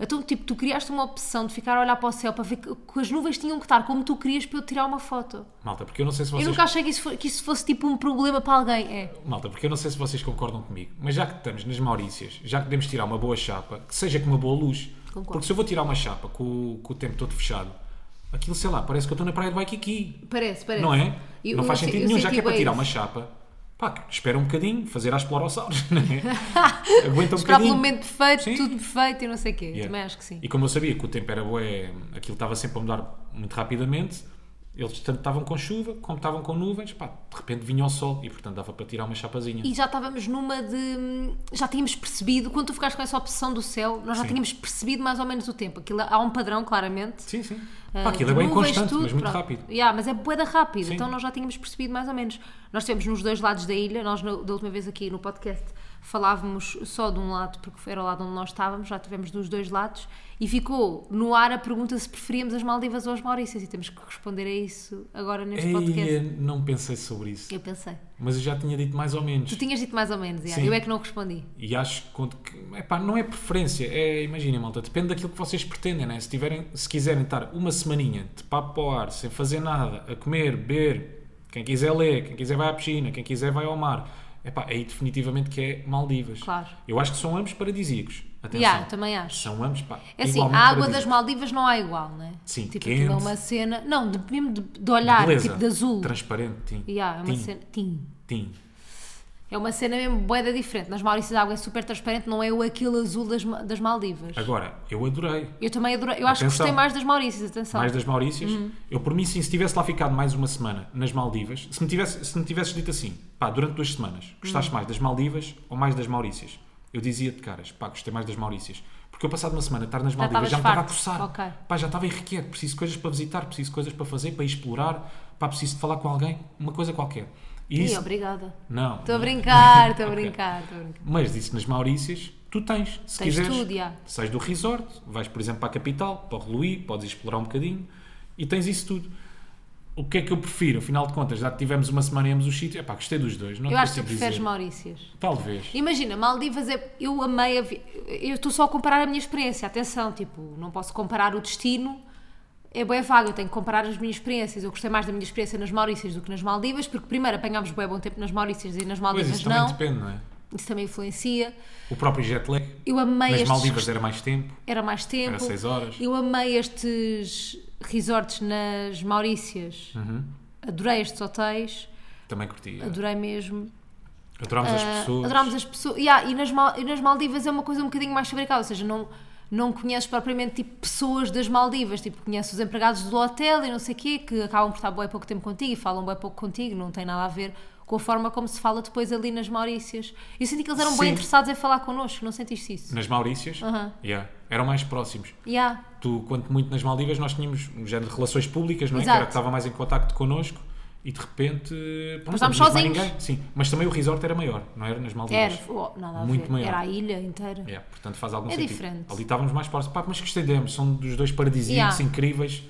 Então, tipo, tu criaste uma opção de ficar a olhar para o céu para ver que, que as nuvens tinham que estar como tu querias para eu tirar uma foto. Malta, porque eu não sei se vocês. Eu nunca achei que isso, fo- que isso fosse tipo um problema para alguém. É. Malta, porque eu não sei se vocês concordam comigo, mas já que estamos nas Maurícias, já que podemos tirar uma boa chapa, que seja com uma boa luz, Concordo. porque se eu vou tirar uma chapa com, o- com o tempo todo fechado, aquilo, sei lá, parece que eu estou na praia de Waikiki, Parece, parece. não é? Eu- não faz eu- sentido eu nenhum, já senti que é para bem tirar isso. uma chapa, pá, espera um bocadinho, fazer a explorossauros, não é? Aguenta um Esperar pelo bocadinho. momento perfeito, Sim. tudo perfeito e não sei o quê. Yeah. Também acho que sim. E como eu sabia que o tempo era bué, aquilo estava sempre a mudar muito rapidamente, eles tanto estavam com chuva, como estavam com nuvens, pá, de repente vinha o sol e portanto dava para tirar uma chapazinha. E já estávamos numa de. Já tínhamos percebido, quando tu ficaste com essa opção do céu, nós já Sim. tínhamos percebido mais ou menos o tempo. Aquilo, há um padrão, claramente. Sim, sim. Ah, Pá, aquilo de é bem nuvens, constante, tudo, mas muito pronto. rápido. Yeah, mas é boeda rápido, Sim. então nós já tínhamos percebido mais ou menos. Nós estivemos nos dois lados da ilha, nós no- da última vez aqui no podcast falávamos só de um lado, porque era o lado onde nós estávamos, já estivemos dos dois lados, e ficou no ar a pergunta se preferíamos as Maldivas ou as Maurícias, e temos que responder a isso agora neste Ei, podcast. não pensei sobre isso, Eu pensei. mas eu já tinha dito mais ou menos. Tu tinhas dito mais ou menos, yeah. Sim. eu é que não respondi. E acho que- que epá, não é preferência, é, imaginem, malta, depende daquilo que vocês pretendem, né? se, tiverem, se quiserem estar uma semaninha de papo ao ar, sem fazer nada, a comer, beber, quem quiser ler, quem quiser vai à piscina, quem quiser vai ao mar, epá, aí definitivamente que é Maldivas. Claro. Eu acho que são ambos paradisíacos. Atenção. Yeah, também acho. São ambos, pá. É assim, igualmente a água das paradisíacos. Maldivas não há igual, né? Sim, tipo, quente. aquilo é uma cena. Não, de, mesmo de, de olhar, Beleza. tipo de azul. Transparente, tim. Yeah, é uma tim, cena. Tim. tim. É uma cena mesmo boeda diferente. Nas Maurícias a água é super transparente, não é o aquele azul das, Ma- das Maldivas. Agora, eu adorei. Eu também adorei. Eu acho que Atenção. gostei mais das Maurícias, atenção. mais das Maurícias. Uhum. Eu, por mim, sim, se tivesse lá ficado mais uma semana nas Maldivas, se me tivesse, se me tivesses dito assim, pá, durante duas semanas, gostaste Uhum. mais das Maldivas ou mais das Maurícias? Eu dizia de caras, pá, gostei mais das Maurícias. Porque eu, passado uma semana, estar nas Maldivas já me estava a estavas coçar. farto. Ok. Pá, já estava enriquecido. Preciso de coisas para visitar, preciso de coisas para fazer, para explorar, pá, preciso de falar com alguém, uma coisa qualquer. E Ih, isso. obrigada. Não. Estou a não. brincar, estou a Ok. brincar, estou a brincar. Mas disse nas Maurícias, tu tens, se Tens quiseres, tudo, já. sais do resort, vais, por exemplo, para a capital, para o Reluí, podes explorar um bocadinho e tens isso tudo. o que é que eu prefiro? Afinal de contas, já tivemos uma semana e ambos os sítios. Epá, gostei dos dois, não Eu acho que tu consigo preferes dizer. Maurícias. Talvez. Imagina, Maldivas é. Eu amei. A, vi- eu estou só a comparar a minha experiência, atenção, tipo, não posso comparar o destino. É bem vago, eu tenho que comparar as minhas experiências. Eu gostei mais da minha experiência nas Maurícias do que nas Maldivas, porque primeiro apanhámos bem bom tempo nas Maurícias e nas Pois, Maldivas isso não. também depende, não é? Isso também influencia. O próprio jet lag. Eu amei Nas estes Maldivas era mais tempo. Era mais tempo. Era seis horas. Eu amei estes resorts nas Maurícias. Uhum. Adorei estes hotéis. Também curtia. Adorei mesmo. Adorámos as Ah, pessoas. Adorámos as pessoas. Yeah, e, nas Mal- e nas Maldivas é uma coisa um bocadinho mais fabricada, ou seja, não, não conheces propriamente tipo, pessoas das Maldivas, tipo, conheces os empregados do hotel e não sei o quê, que acabam por estar bem pouco tempo contigo e falam bem pouco contigo, não tem nada a ver com a forma como se fala depois ali nas Maurícias. Eu senti que eles eram Sim. bem interessados em falar connosco, não sentiste isso? Nas Maurícias. Aham. Yeah. Eram mais próximos. Yeah. Tu, quanto muito nas Maldivas, nós tínhamos um género de relações públicas, não é? Que Exato. era que estava mais em contacto connosco e de repente. Pronto, estávamos não tinhas mais sozinhos. Ninguém. Sim, mas também o resort era maior, não era nas Maldivas. Era, oh, nada a Muito ver. maior. Era a ilha inteira. Yeah, portanto faz algum É sentido. diferente. Ali estávamos mais próximos. Pá, mas gostei de ambos, são dos dois paradisinhos Yeah. incríveis,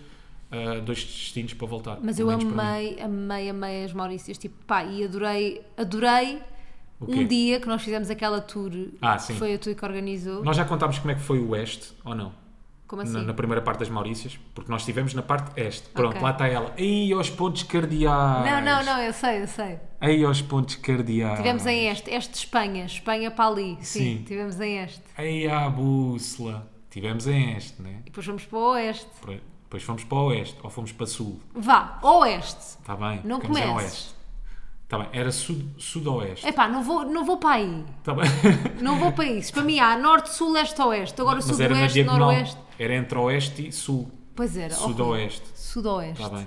ah, dois destinos para voltar. Mas pelo eu menos para mim. amei, amei, amei as Maurícias, tipo, pá, e adorei, adorei O quê? um dia que nós fizemos aquela tour, Ah, que sim. foi a tour que organizou, Nós já contámos como é que foi o Oeste, ou não? como Na, assim? na primeira parte das Maurícias, porque nós estivemos na parte Este. Pronto, Ok. lá está ela. Aí aos pontos cardeais. Não, não, não, eu sei, eu sei. Aí aos pontos cardeais. Tivemos em este, este de Espanha, Espanha para ali, sim, Ah, Sim. tivemos em este. Aí à bússola. Tivemos em Este, né? E depois fomos para o Oeste. Por- Depois fomos para o Oeste, ou fomos para Sul. Vá, Oeste. Está bem? Não Ficamos em comeces. É Oeste. Está bem, era sud, Sudoeste. Epá, não vou, não vou para aí. Está bem? Não vou para isso. Para mim há norte, sul, leste, oeste. Agora Mas era na sudoeste, diagonal. noroeste. Era entre Oeste e Sul. Pois era. horrível. Sudoeste. Sudoeste. Está bem.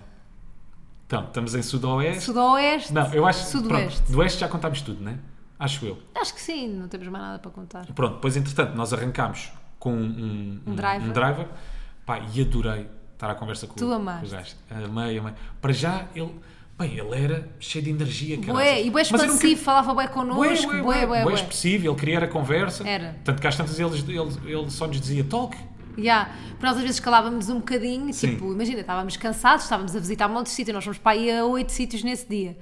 Então, estamos em Sudoeste. Sudoeste. Não, eu acho. Sudoeste. Pronto, do Oeste já contámos tudo, né? Acho eu. Acho que sim, não temos mais nada para contar. Pronto, depois entretanto nós arrancámos com um, um, driver. um driver. Pá, e adorei estar à conversa com Tu o amaste. com o gajo. Amei, amei. Para já ele, bem, ele era cheio de energia, cara. Bué, e bué expansivo, falava bué Bué, connosco, um bué, bué, bué, bué bué. expressivo, ele queria era conversa. Era. Tanto que às tantas ele, ele, ele só nos dizia talk. Ya, porque Nós às vezes calávamos um bocadinho, Sim. tipo, imagina, estávamos cansados, estávamos a visitar um monte de sítios, nós fomos para aí a oito sítios nesse dia.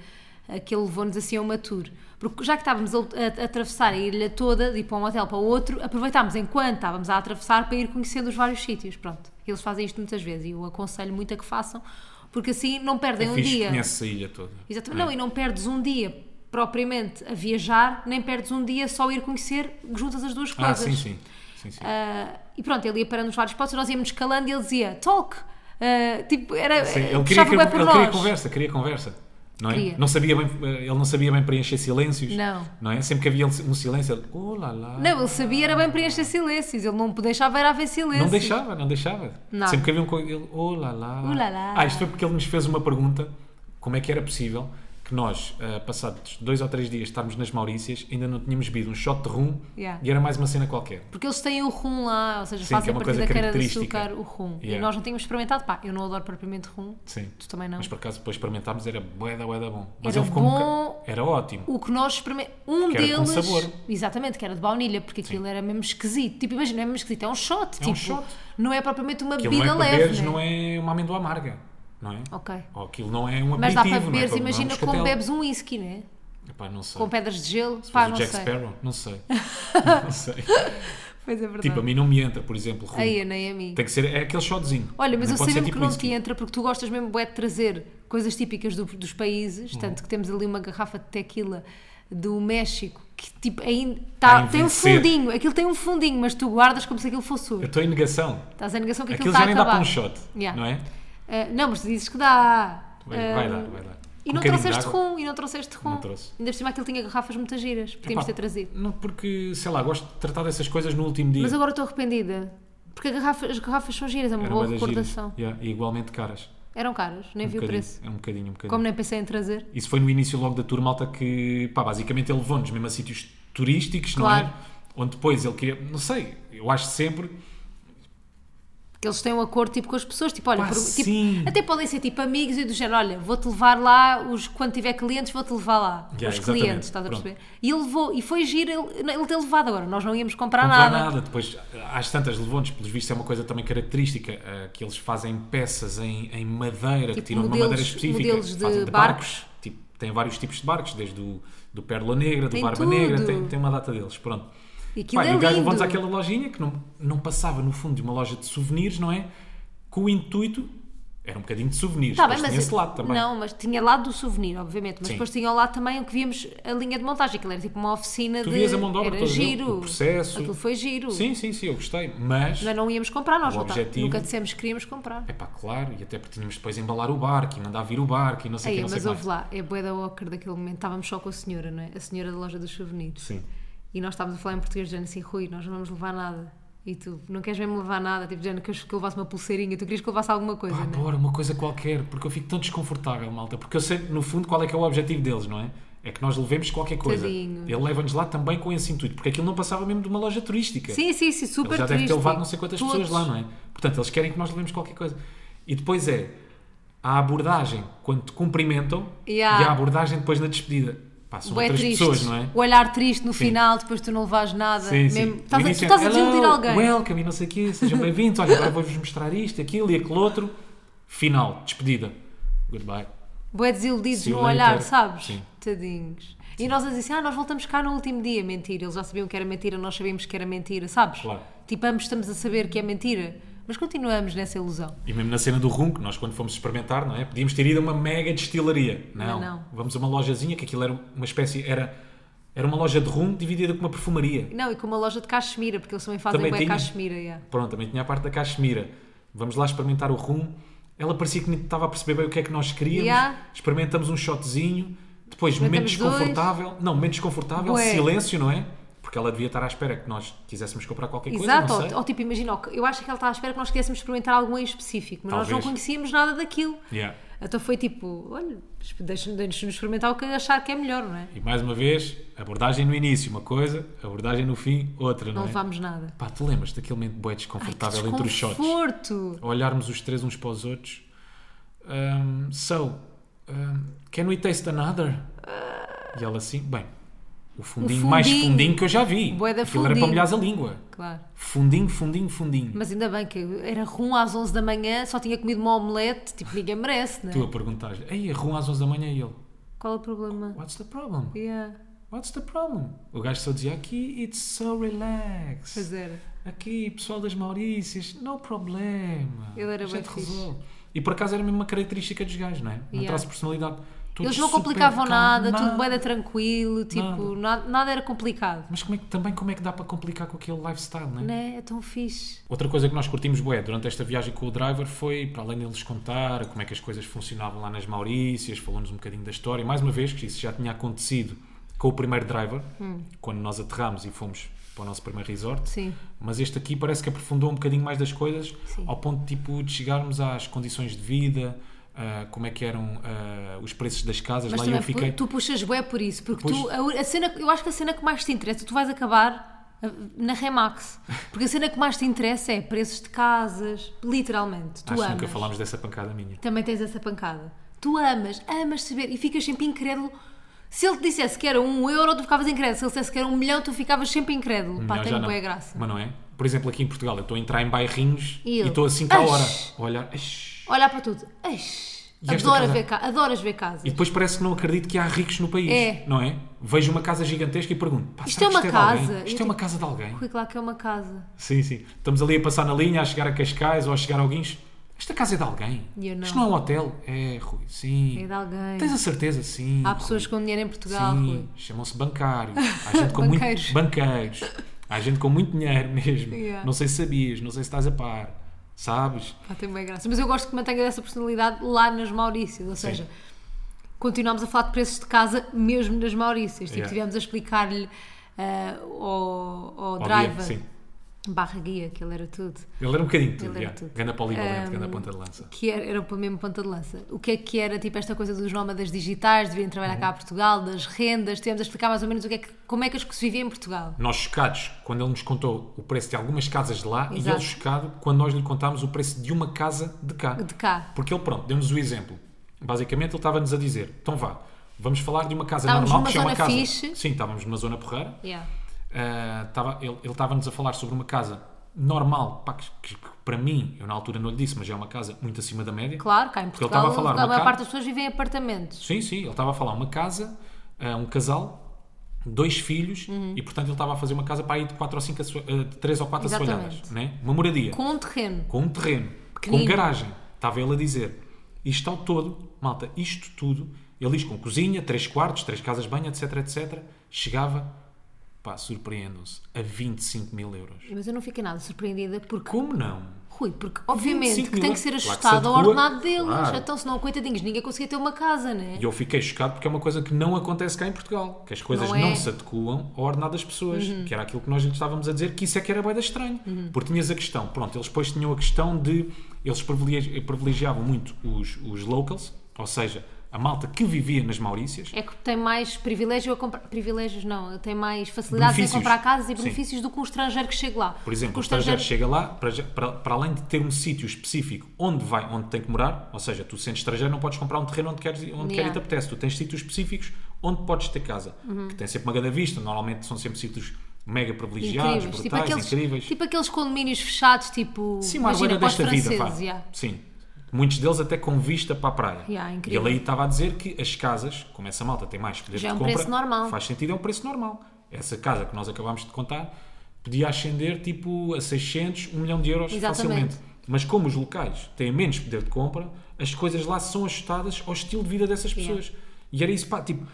Aquele levou-nos assim a uma tour. Porque já que estávamos a, a- a atravessar a ilha toda, de ir para um hotel para o outro, aproveitámos enquanto estávamos a atravessar para ir conhecendo os vários sítios. Pronto, eles fazem isto muitas vezes e eu aconselho muito a que façam, porque assim não perdem um Fiz dia. conhece a É ilha toda. Exatamente. Não, e não perdes um dia propriamente a viajar, nem perdes um dia só a ir conhecer, juntas as duas Ah, coisas. sim, sim. sim, sim. Ah, e pronto, ele ia parando nos vários potes, nós íamos escalando e ele dizia talk. Ah, tipo, era. Sim, ele queria, puxava que- bué por ele nós. queria conversa, queria conversa. Não é? Queria. Não sabia bem, ele não sabia bem preencher silêncios. Não. é? Sempre que havia um silêncio, ele. Oh lá lá. Não, ele sabia, era bem preencher silêncios. Ele não deixava, era haver silêncios. Não deixava, não deixava. É assim. Não. Sempre que havia um. co- Ele. Oh lá lá. Oh, lá, lá. Ah, isto foi porque ele nos fez uma pergunta: como é que era possível que nós, ah, passados dois ou três dias, estávamos nas Maurícias, ainda não tínhamos bebido um shot de rum Yeah. e era mais uma cena qualquer. Porque eles têm o rum lá, ou seja, Sim, que é fazem a uma partir coisa da cana de característica. açúcar o rum. E Yeah. nós não tínhamos experimentado. Pá, eu não adoro propriamente rum. Sim. Tu também não. Mas por acaso depois experimentámos, era boeda, boeda bom. Mas Era ele ficou um bom. boca- Era ótimo. O que nós experimentamos. Um Que era com deles. sabor. Exatamente, que era de baunilha, porque aquilo era mesmo esquisito. Tipo, imagina, é mesmo esquisito. É um shot. É um tipo, shot. Não é propriamente uma Aquilo não bebida é para leve. beberes, né? não é uma amêndoa amarga, não é? Ok. Ou aquilo não é um aperitivo, Mas dá para não é beberes, não é um imagina como moscatel. bebes um whisky, né? Epá, não sei. Com pedras de gelo. Se Pá, fosse o não Jack sei. Sparrow, não sei. não sei. Pois é verdade. Tipo, a mim não me entra, por exemplo, rum. Aí, nem a mim. Tem que ser, é aquele shotzinho. Olha, mas Nem eu pode sei ser mesmo tipo que não whisky. te entra porque tu gostas mesmo bué, de trazer coisas típicas do- dos Uhum. países, tanto que temos ali uma garrafa de tequila do México que tipo ainda tá- Vai tem um envelhecer. fundinho, aquilo tem um fundinho, mas tu guardas como se aquilo fosse Eu ouro. estou em negação. Estás em negação que aquilo está Aquilo já a nem dá acabar. para um shot, Yeah. não é? Ah, não, mas tu dizes que dá. Vai, vai Ah, dar, vai dar. E Com não um bocadinho trouxeste de água. rum, e não trouxeste rum. Não trouxe. Ainda por cima aquilo tinha garrafas muito giras, podíamos ter Epá, trazido. Não, porque, sei lá, gosto de tratar dessas coisas no último dia. Mas agora estou arrependida. Porque a garrafa- as garrafas são giras, é uma Era boa bué das giras. recordação. Yeah, E igualmente caras. Eram caras, nem Um vi o bocadinho, preço. É um bocadinho, um bocadinho. Como nem pensei em trazer. Isso foi no início logo da tour malta que, pá, basicamente ele levou-nos mesmo a sítios turísticos, Claro. não é? Onde depois ele queria, não sei, eu acho sempre que eles têm um acordo tipo com as pessoas, tipo, olha, Pá, por- tipo, sim. até podem ser tipo amigos e do género, olha, vou-te levar lá, os, quando tiver clientes, vou-te levar lá. Yeah, os exatamente. clientes, estás a Pronto. perceber? E ele levou, e foi giro ele, não, ele ter levado agora, nós não íamos comprar, Não há nada. nada. Depois, às tantas, levou-nos, pelos vistos, é uma coisa também característica, eh, que eles fazem peças em, em madeira, que Tipo tiram de uma modelos- madeira específica. modelos de fazem barcos. Tipo, tem vários tipos de barcos, desde o do Pérola Negra, do Tem Barba tudo. Negra, tem, tem uma data deles, pronto. E aquilo Pá, é e o gajo lindo. levou-nos àquela lojinha que não, não passava, no fundo, de uma loja de souvenirs, não é? Com o intuito, era um bocadinho de souvenirs, Tá mas, tinha esse lado também. Não, mas tinha lado do souvenir, obviamente. Mas Sim. depois tinha lá também o que víamos a linha de montagem, aquilo era tipo uma oficina Tu de. vias a mão de obra era toda, giro. o processo. Aquilo foi giro. Sim, sim, sim, eu gostei, mas... Mas não íamos comprar, nós O não tá- objetivo- nunca dissemos que queríamos comprar. É pá, claro, e até porque tínhamos depois de embalar o barco e mandar vir o barco e não sei o Aí, que, não sei o mas que mais. houve lá, é bué da Walker daquele momento, estávamos só com a senhora, não é? A senhora da loja dos souvenirs. Sim. E nós estávamos a falar em português, dizendo assim, Rui, nós não vamos levar nada. E tu, não queres mesmo levar nada? Tipo, dizendo que eu que eu levasse uma pulseirinha, tu querias que eu levasse alguma coisa, Pá, não é? bora, uma coisa qualquer, porque eu fico tão desconfortável, malta. Porque eu sei, no fundo, qual é que é o objetivo deles, não é? É que nós levemos qualquer coisa. Tadinhos. Ele leva-nos lá também com esse intuito, porque aquilo não passava mesmo de uma loja turística. Sim, sim, sim, super Ele já deve ter turístico. levado não sei quantas Todos. pessoas lá, não é? Portanto, eles querem que nós levemos qualquer coisa. E depois é a abordagem quando te cumprimentam Yeah. e a abordagem depois na despedida. Pá, são Bué outras triste. pessoas, não é? O olhar triste no Sim. final, depois tu não levas nada. Sim, sim. Ah, mesmo, O Estás a, tu início é, estás a desiludir "Hello, alguém. Welcome e não sei o quê, sejam bem-vindos. Olha, agora vou-vos mostrar isto, aquilo e aquele outro. Final, despedida. Goodbye. Bué desiludidos See you no olhar, later. sabes? Sim. Tadinhos. E nós a dizer assim, ah, nós voltamos cá no último dia. Mentira, eles já sabiam que era mentira, nós sabíamos que era mentira, sabes? Claro. Tipo, ambos estamos a saber que é mentira, mas continuamos nessa ilusão. E mesmo na cena do rum, que nós quando fomos experimentar, não é? Podíamos ter ido a uma mega destilaria. Não, Não, não. Vamos a uma lojazinha, que aquilo era uma espécie... Era, era uma loja de rum dividida com uma perfumaria. Não, e com uma loja de cachemira, porque eles também fazem Também bué tinha. cachemira. yeah. Pronto, também tinha a parte da cachemira. Vamos lá experimentar o rum. Ela parecia que nem estava a perceber bem o que é que nós queríamos. Yeah. Experimentamos um shotzinho. Depois, momento Experimentamos dois. desconfortável. Não, momento desconfortável. Bué. Silêncio, não é? Porque ela devia estar à espera que nós quiséssemos comprar qualquer Exato, coisa. ou, Não sei. ou tipo, imagina, ó, eu acho que ela estava à espera que nós quiséssemos experimentar algo em específico, mas nós não Talvez. conhecíamos nada daquilo. Yeah. Então foi tipo, olha, deixa-nos experimentar o que achar que é melhor, não é? E mais uma vez, abordagem no início, uma coisa. Abordagem no fim, outra, não, Não é? levámos nada. Pá, tu lembras daquele momento bué Ai, desconfortável que entre os shots? desconforto! a olharmos os três uns para os outros. Um, so, um, can we taste another? E ela assim, bem, o fundinho, O mais fundinho. fundinho que eu já vi. Bué da Aquilo era para fundinho. molhares a língua. Claro. Fundinho, fundinho, fundinho. Mas ainda bem que era rum às 11 da manhã, só tinha comido uma omelete, tipo, ninguém merece, não Tu é? a perguntares, ei, rum às 11 da manhã e ele, Qual é o problema? what's the problem? Yeah, What's the problem? O gajo só dizia, aqui it's so pois relaxed. era. Aqui, pessoal das Maurícias, no problema. Ele era A bué gente fixe. resolve. E por acaso era mesmo uma característica dos gajos, não é? Um Yeah. traço de personalidade. Todos Eles não super complicavam nada, tudo calmados. bem tranquilo, tipo, Nada. nada, nada era complicado. Mas como é que- também como é que dá para complicar com aquele lifestyle, não é? Não é? É tão fixe. Outra coisa que nós curtimos bué durante esta viagem com o driver foi, para além deles contar como é que as coisas funcionavam lá nas Maurícias, falou-nos um bocadinho da história, e mais uma vez, que isso já tinha acontecido com o primeiro driver, Hum. quando nós aterramos e fomos para o nosso primeiro resort, Sim. mas este aqui parece que aprofundou um bocadinho mais das coisas, Sim. ao ponto tipo, de chegarmos às condições de vida, ah, como é que eram ah, os preços das casas, Mas lá e também eu fiquei... pu- tu puxas bué por isso, porque tu, Puxo. a, u- a cena, eu acho que a cena que mais te interessa, tu vais acabar ah, na Remax, porque a cena que mais te interessa é preços de casas, literalmente, tu Acho que amas. nunca falámos dessa pancada minha. Também tens essa pancada. Tu amas, amas saber e ficas sempre incrédulo. Se ele te dissesse que era um euro, tu ficavas incrédulo. Se ele dissesse que era um milhão, tu ficavas sempre incrédulo. Pá, Não, tem já boa não. graça. Mas não é? Por exemplo, aqui em Portugal, eu estou a entrar em bairrinhos E e eu? estou assim para a hora. Ash! a Olhar. ash! Olhar para tudo. Eish, E esta adora casa? ver, ca- adoras ver casas. E depois parece que não acredito que há ricos no país. É. Não é? Vejo uma casa gigantesca e pergunto: Pá, Isto será é uma que isto casa? É de Eu alguém? Isto tipo- é uma casa de alguém. Rui, claro que é uma casa. Sim, sim. Estamos ali a passar na linha, a chegar a Cascais ou a chegar a Guincho. Esta casa é de alguém. E eu não. Isto não é um hotel. É, Rui. É Sim. de alguém. Tens a certeza? Sim. Há Rui. pessoas com dinheiro em Portugal, Rui. Sim, chamam-se bancários. Há gente com Banqueiros. muito banqueiros. Há gente com muito dinheiro mesmo. Yeah. Não sei se sabias, não sei se estás a par. Sabes? Pá, tem bem graça. Mas eu gosto que mantenha essa personalidade lá nas Maurícias, ou seja, continuámos a falar de preços de casa mesmo nas Maurícias. Tipo, Yeah. tivemos a explicar-lhe ah, eh, ao, ao Ao dia, driver sim. Barra guia, aquilo era tudo. Ele era um bocadinho tudo, Ele era yeah. tudo. Ganda polivalente, Um, ganda ponta de lança. Que era, era para mesmo ponta de lança. O que é que era, tipo, esta coisa dos nómadas digitais, de virem Uhum. trabalhar cá a Portugal, das rendas, tivemos a explicar mais ou menos o que é que, como é que as que se vivia em Portugal. Nós chocados quando ele nos contou o preço de algumas casas de lá e Exato. ele chocado quando nós lhe contámos o preço de uma casa de cá. De cá. Porque ele, pronto, deu-nos o exemplo. Basicamente ele estava-nos a dizer, então vá, vamos falar de uma casa Estávamos normal numa que é uma zona casa... fixe. Sim, estávamos numa zona porreira. Yeah. Ah, tava- ele ele estava-nos a falar sobre uma casa normal, pá, que, que- que para mim, eu na altura não lhe disse, mas é uma casa muito acima da média. Claro, cá em Porque ele Portugal, estava a falar a uma maior ca- parte das pessoas vivem em apartamentos. Sim, sim, ele estava a falar uma casa, ah, um casal, dois filhos, Uhum. e portanto ele estava a fazer uma casa para aí de 4 ou 5, de 3 ou 4 Exatamente. assoalhadas, né? uma moradia, com, Com um terreno. um terreno, Pequenino. com garagem. Estava ele a dizer, isto ao todo, malta, isto tudo, ele diz com cozinha, três quartos, três casas de banho, etc, etc, chegava, pá, surpreendam-se, a 25 mil euros. Mas eu não fiquei nada surpreendida porque. Como não? Rui, porque obviamente 25 que tem mil- que ser Claro que ajustado se ao adequa, ordenado deles. claro. Então, senão, coitadinhos, ninguém conseguia ter uma casa, né? E eu fiquei chocado porque é uma coisa que não acontece cá em Portugal. Que as coisas Não não, é? Uhum. se adequam ao ordenado das pessoas. Que era aquilo que nós lhe estávamos a dizer, que isso é que era boeda estranho. Porque tinhas a questão, pronto, eles depois tinham a questão de. Eles privilegi- privilegiavam muito os, os locals, ou seja, a malta que vivia nas Maurícias. É que tem mais privilégio a comprar. Privilégios não, tem mais facilidades em Benefícios. comprar casas e Sim. benefícios do que um estrangeiro que chega lá. Por exemplo, Porque um o estrangeiro chega lá, para, já- para- para além de ter um sítio específico onde vai, onde tem que morar, ou seja, tu sendo estrangeiro não podes comprar um terreno onde, queres, onde quer Yeah. Uhum. e te apetece, tu tens sítios específicos onde podes ter casa, que tem sempre uma grande vista, normalmente são sempre sítios mega privilegiados, incríveis, tipo brutais, aqueles, incríveis. tipo aqueles condomínios fechados, tipo. Sim, uma imagina, arboreira para os desta vida, pá. franceses, yeah. Sim. Muitos deles até com vista para a praia. Yeah, e incrível. ele aí estava a dizer que as casas, como essa malta tem mais poder Já é de um compra, preço normal. faz sentido, é um preço normal. Essa casa que nós acabámos de contar podia ascender tipo a 600, 1 milhão de euros Exatamente. facilmente. Mas como os locais têm menos poder de compra, as coisas lá são ajustadas ao estilo de vida dessas pessoas. E era isso, pá, tipo,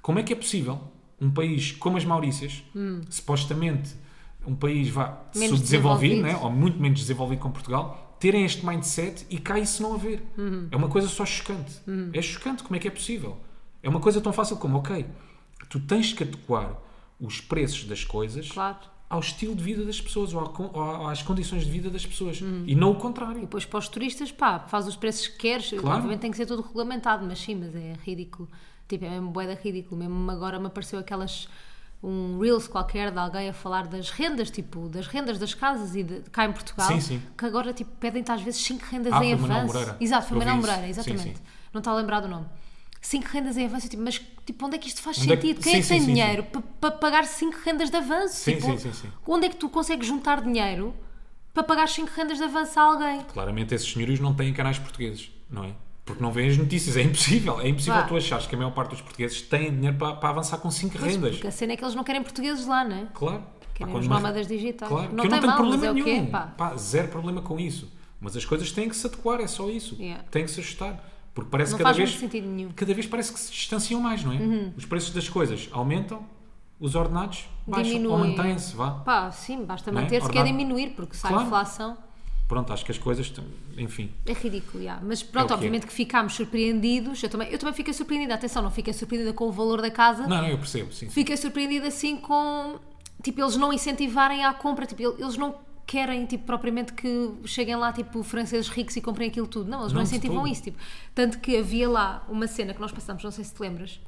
como é que é possível um país como as Maurícias, supostamente um país vá Hum. Menos subdesenvolvido, desenvolvido. né? ou muito menos desenvolvido como Portugal, terem este mindset e cá isso não haver. Uhum. É uma coisa só chocante. É chocante como é que é possível. É uma coisa tão fácil como, ok, tu tens que adequar os preços das coisas Claro. ao estilo de vida das pessoas ou, à con- ou à- às condições de vida das pessoas e não o E contrário. depois para os turistas, pá, faz os preços que queres. Claro. Obviamente tem que ser tudo regulamentado, mas sim, mas é ridículo. Tipo, é mesmo boeda ridículo. Mesmo agora me apareceu aquelas. Um Reels qualquer de alguém a falar das rendas, tipo, das rendas das casas e de, cá em Portugal. Sim, sim. Que agora, tipo, pedem-te às vezes 5 rendas Ah, em foi o Manuel avanço. Moreira. Exato, foi Eu vi Manuel isso. Moreira, Sim, exatamente. sim. Não está a lembrar do nome. 5 rendas em avanço, eu, tipo, mas tipo, onde é que isto faz Onde é que- sentido? Quem é sim, que sim, tem sim, sim. dinheiro para pagar 5 rendas de avanço? Sim, Tipo, sim, sim, sim. Onde é que tu consegues juntar dinheiro para pagar 5 rendas de avanço a alguém? Claramente esses senhorios não têm canais portugueses, não é? Porque não veem as notícias, é impossível. É impossível Vá. tu achares que a maior parte dos portugueses têm dinheiro para, para avançar com 5 Pois, rendas. Porque a cena é que eles não querem portugueses lá, não é? Claro. Querem quando os uma- nómadas digitais. Claro, Tá. Não que eu não tem tenho mal, mas problema é o nenhum. quê, pá. zero problema com isso. Mas as coisas têm que se adequar, é só isso. Yeah. Tem que se ajustar. Porque parece Não cada faz vez. muito sentido nenhum. Uhum. Cada vez parece que se distanciam mais, não é? Os preços das coisas aumentam, os ordenados baixam ou Diminuem. mantêm-se, vá. Pá, sim, basta Não é? manter-se, quer Ordenado. diminuir, porque sai a Claro. inflação. Pronto, acho que as coisas. estão- Enfim. É ridículo, já. mas pronto, que é. obviamente que ficámos surpreendidos. Eu também, eu também fiquei surpreendida, atenção, não fiquei surpreendida com o valor da casa, Não, não, eu percebo, sim. fiquei surpreendida assim com tipo eles não incentivarem à compra, tipo el- eles não querem tipo propriamente que cheguem lá tipo franceses ricos e comprem aquilo tudo. Não, eles não, Não, de incentivam todo. isso, tipo. Tanto que havia lá uma cena que nós passamos, não sei se te lembras.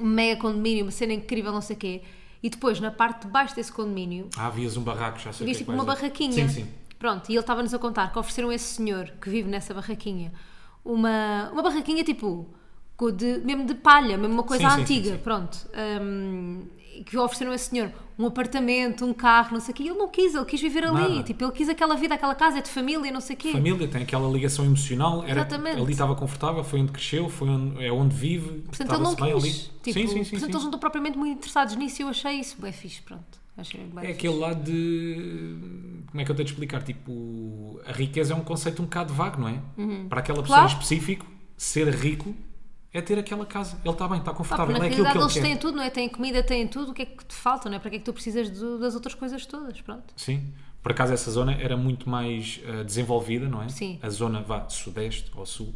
Um mega condomínio, uma cena incrível, não sei o quê. E depois na parte de baixo desse condomínio, Ah, vias um barraco, já sei o que Vias é que tipo vais uma dizer. barraquinha. Sim, sim. Pronto, e ele estava-nos a contar que ofereceram a esse senhor que vive nessa barraquinha uma, uma barraquinha tipo co- de- mesmo de palha, mesmo uma coisa Sim, sim, antiga. sim, sim. Pronto, hum, que ofereceram a esse senhor um apartamento, um carro, não sei o quê. Ele não quis, ele quis viver ali. Nada. Tipo, ele quis aquela vida, aquela casa, é de família, não sei o quê. Família tem aquela ligação emocional, era, Exatamente. ali estava confortável, foi onde cresceu, foi onde, é onde vive, Portanto, ele não estava-se bem ali. quis. Tipo, sim, sim, sim. portanto, sim. eles não estão propriamente muito interessados nisso e eu achei isso bem fixe. Pronto, achei bem É aquele lado de. Como é que eu tenho de explicar? Tipo, a riqueza é um conceito um bocado vago, não é? Para aquela pessoa Uhum. Claro. em específico, ser rico é ter aquela casa. Ele está bem, está Pá, porque confortável, na é aquilo realidade que eles ele têm quer. tudo, não é? Têm comida, têm tudo. O que é que te falta, não é? Para que é que tu precisas do- das outras coisas todas? Pronto. Sim. Por acaso, essa zona era muito mais ah, desenvolvida, não é? Sim. A zona, vá, sudeste ou sul,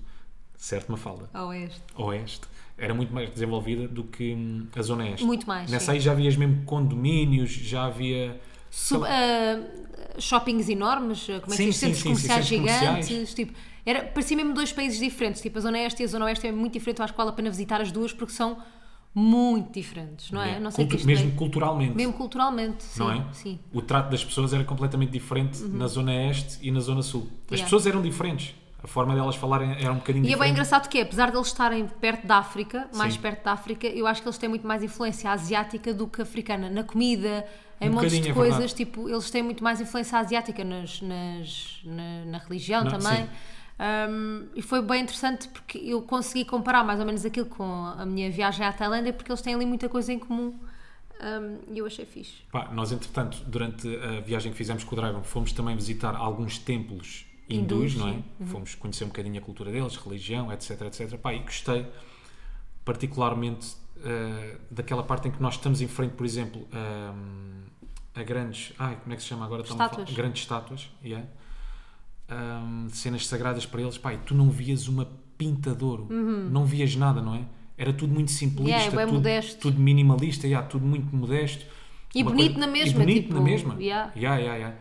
certo, Mafalda, Ou é este. oeste, era muito mais desenvolvida do que hum, a zona este. Muito mais, Nessa sim. aí já havias mesmo condomínios, já havia sub- ah, shoppings enormes, ah, como é que Sim, diz? sim, Centros sim, sim, comerciais centros comerciais. gigantes. Tipo, era, parecia mesmo dois países diferentes. Tipo, a Zona Este e a Zona Oeste é muito diferente. Eu acho que vale a pena visitar as duas porque são muito diferentes, não é? É, Não sei o que cultu- isto mesmo tem. culturalmente. Mesmo culturalmente, sim. não é? Sim. Uhum. O trato das pessoas era completamente diferente na zona este e na zona sul. As Yeah. pessoas eram diferentes. A forma delas falarem era um bocadinho E é diferente. bem engraçado que é, apesar de eles estarem perto da África, mais Sim. perto da África, eu acho que eles têm muito mais influência asiática do que africana. Na comida, em Um montes bocadinho, de é coisas, verdade. tipo, eles têm muito mais influência asiática nas, nas- na, na religião Não, também. sim. Hum, e foi bem interessante porque eu consegui comparar mais ou menos aquilo com a minha viagem à Tailândia, porque eles têm ali muita coisa em comum. Hum, E eu achei fixe. Pá, nós, entretanto, durante a viagem que fizemos com o Dragon, fomos também visitar alguns templos hindus, Hindus, não é? sim. Uhum. Fomos conhecer um bocadinho a cultura deles, religião, etc, etc. Pá, e gostei particularmente eh, daquela parte em que nós estamos em frente, por exemplo, ahm, a grandes... Ai, como é que se chama agora? Estava a falar- Estátuas. Grandes estátuas, yeah. Ahm, cenas sagradas para eles. Pá, e tu não vias uma pinta de ouro. Não vias nada, não é? Era tudo muito simplista, Uhum. Yeah, é bem tudo, modesto. tudo minimalista, yeah, tudo muito modesto. E Uma bonito coisa- na E mesma, bonito tipo, na mesma. yeah. Yeah, yeah, yeah.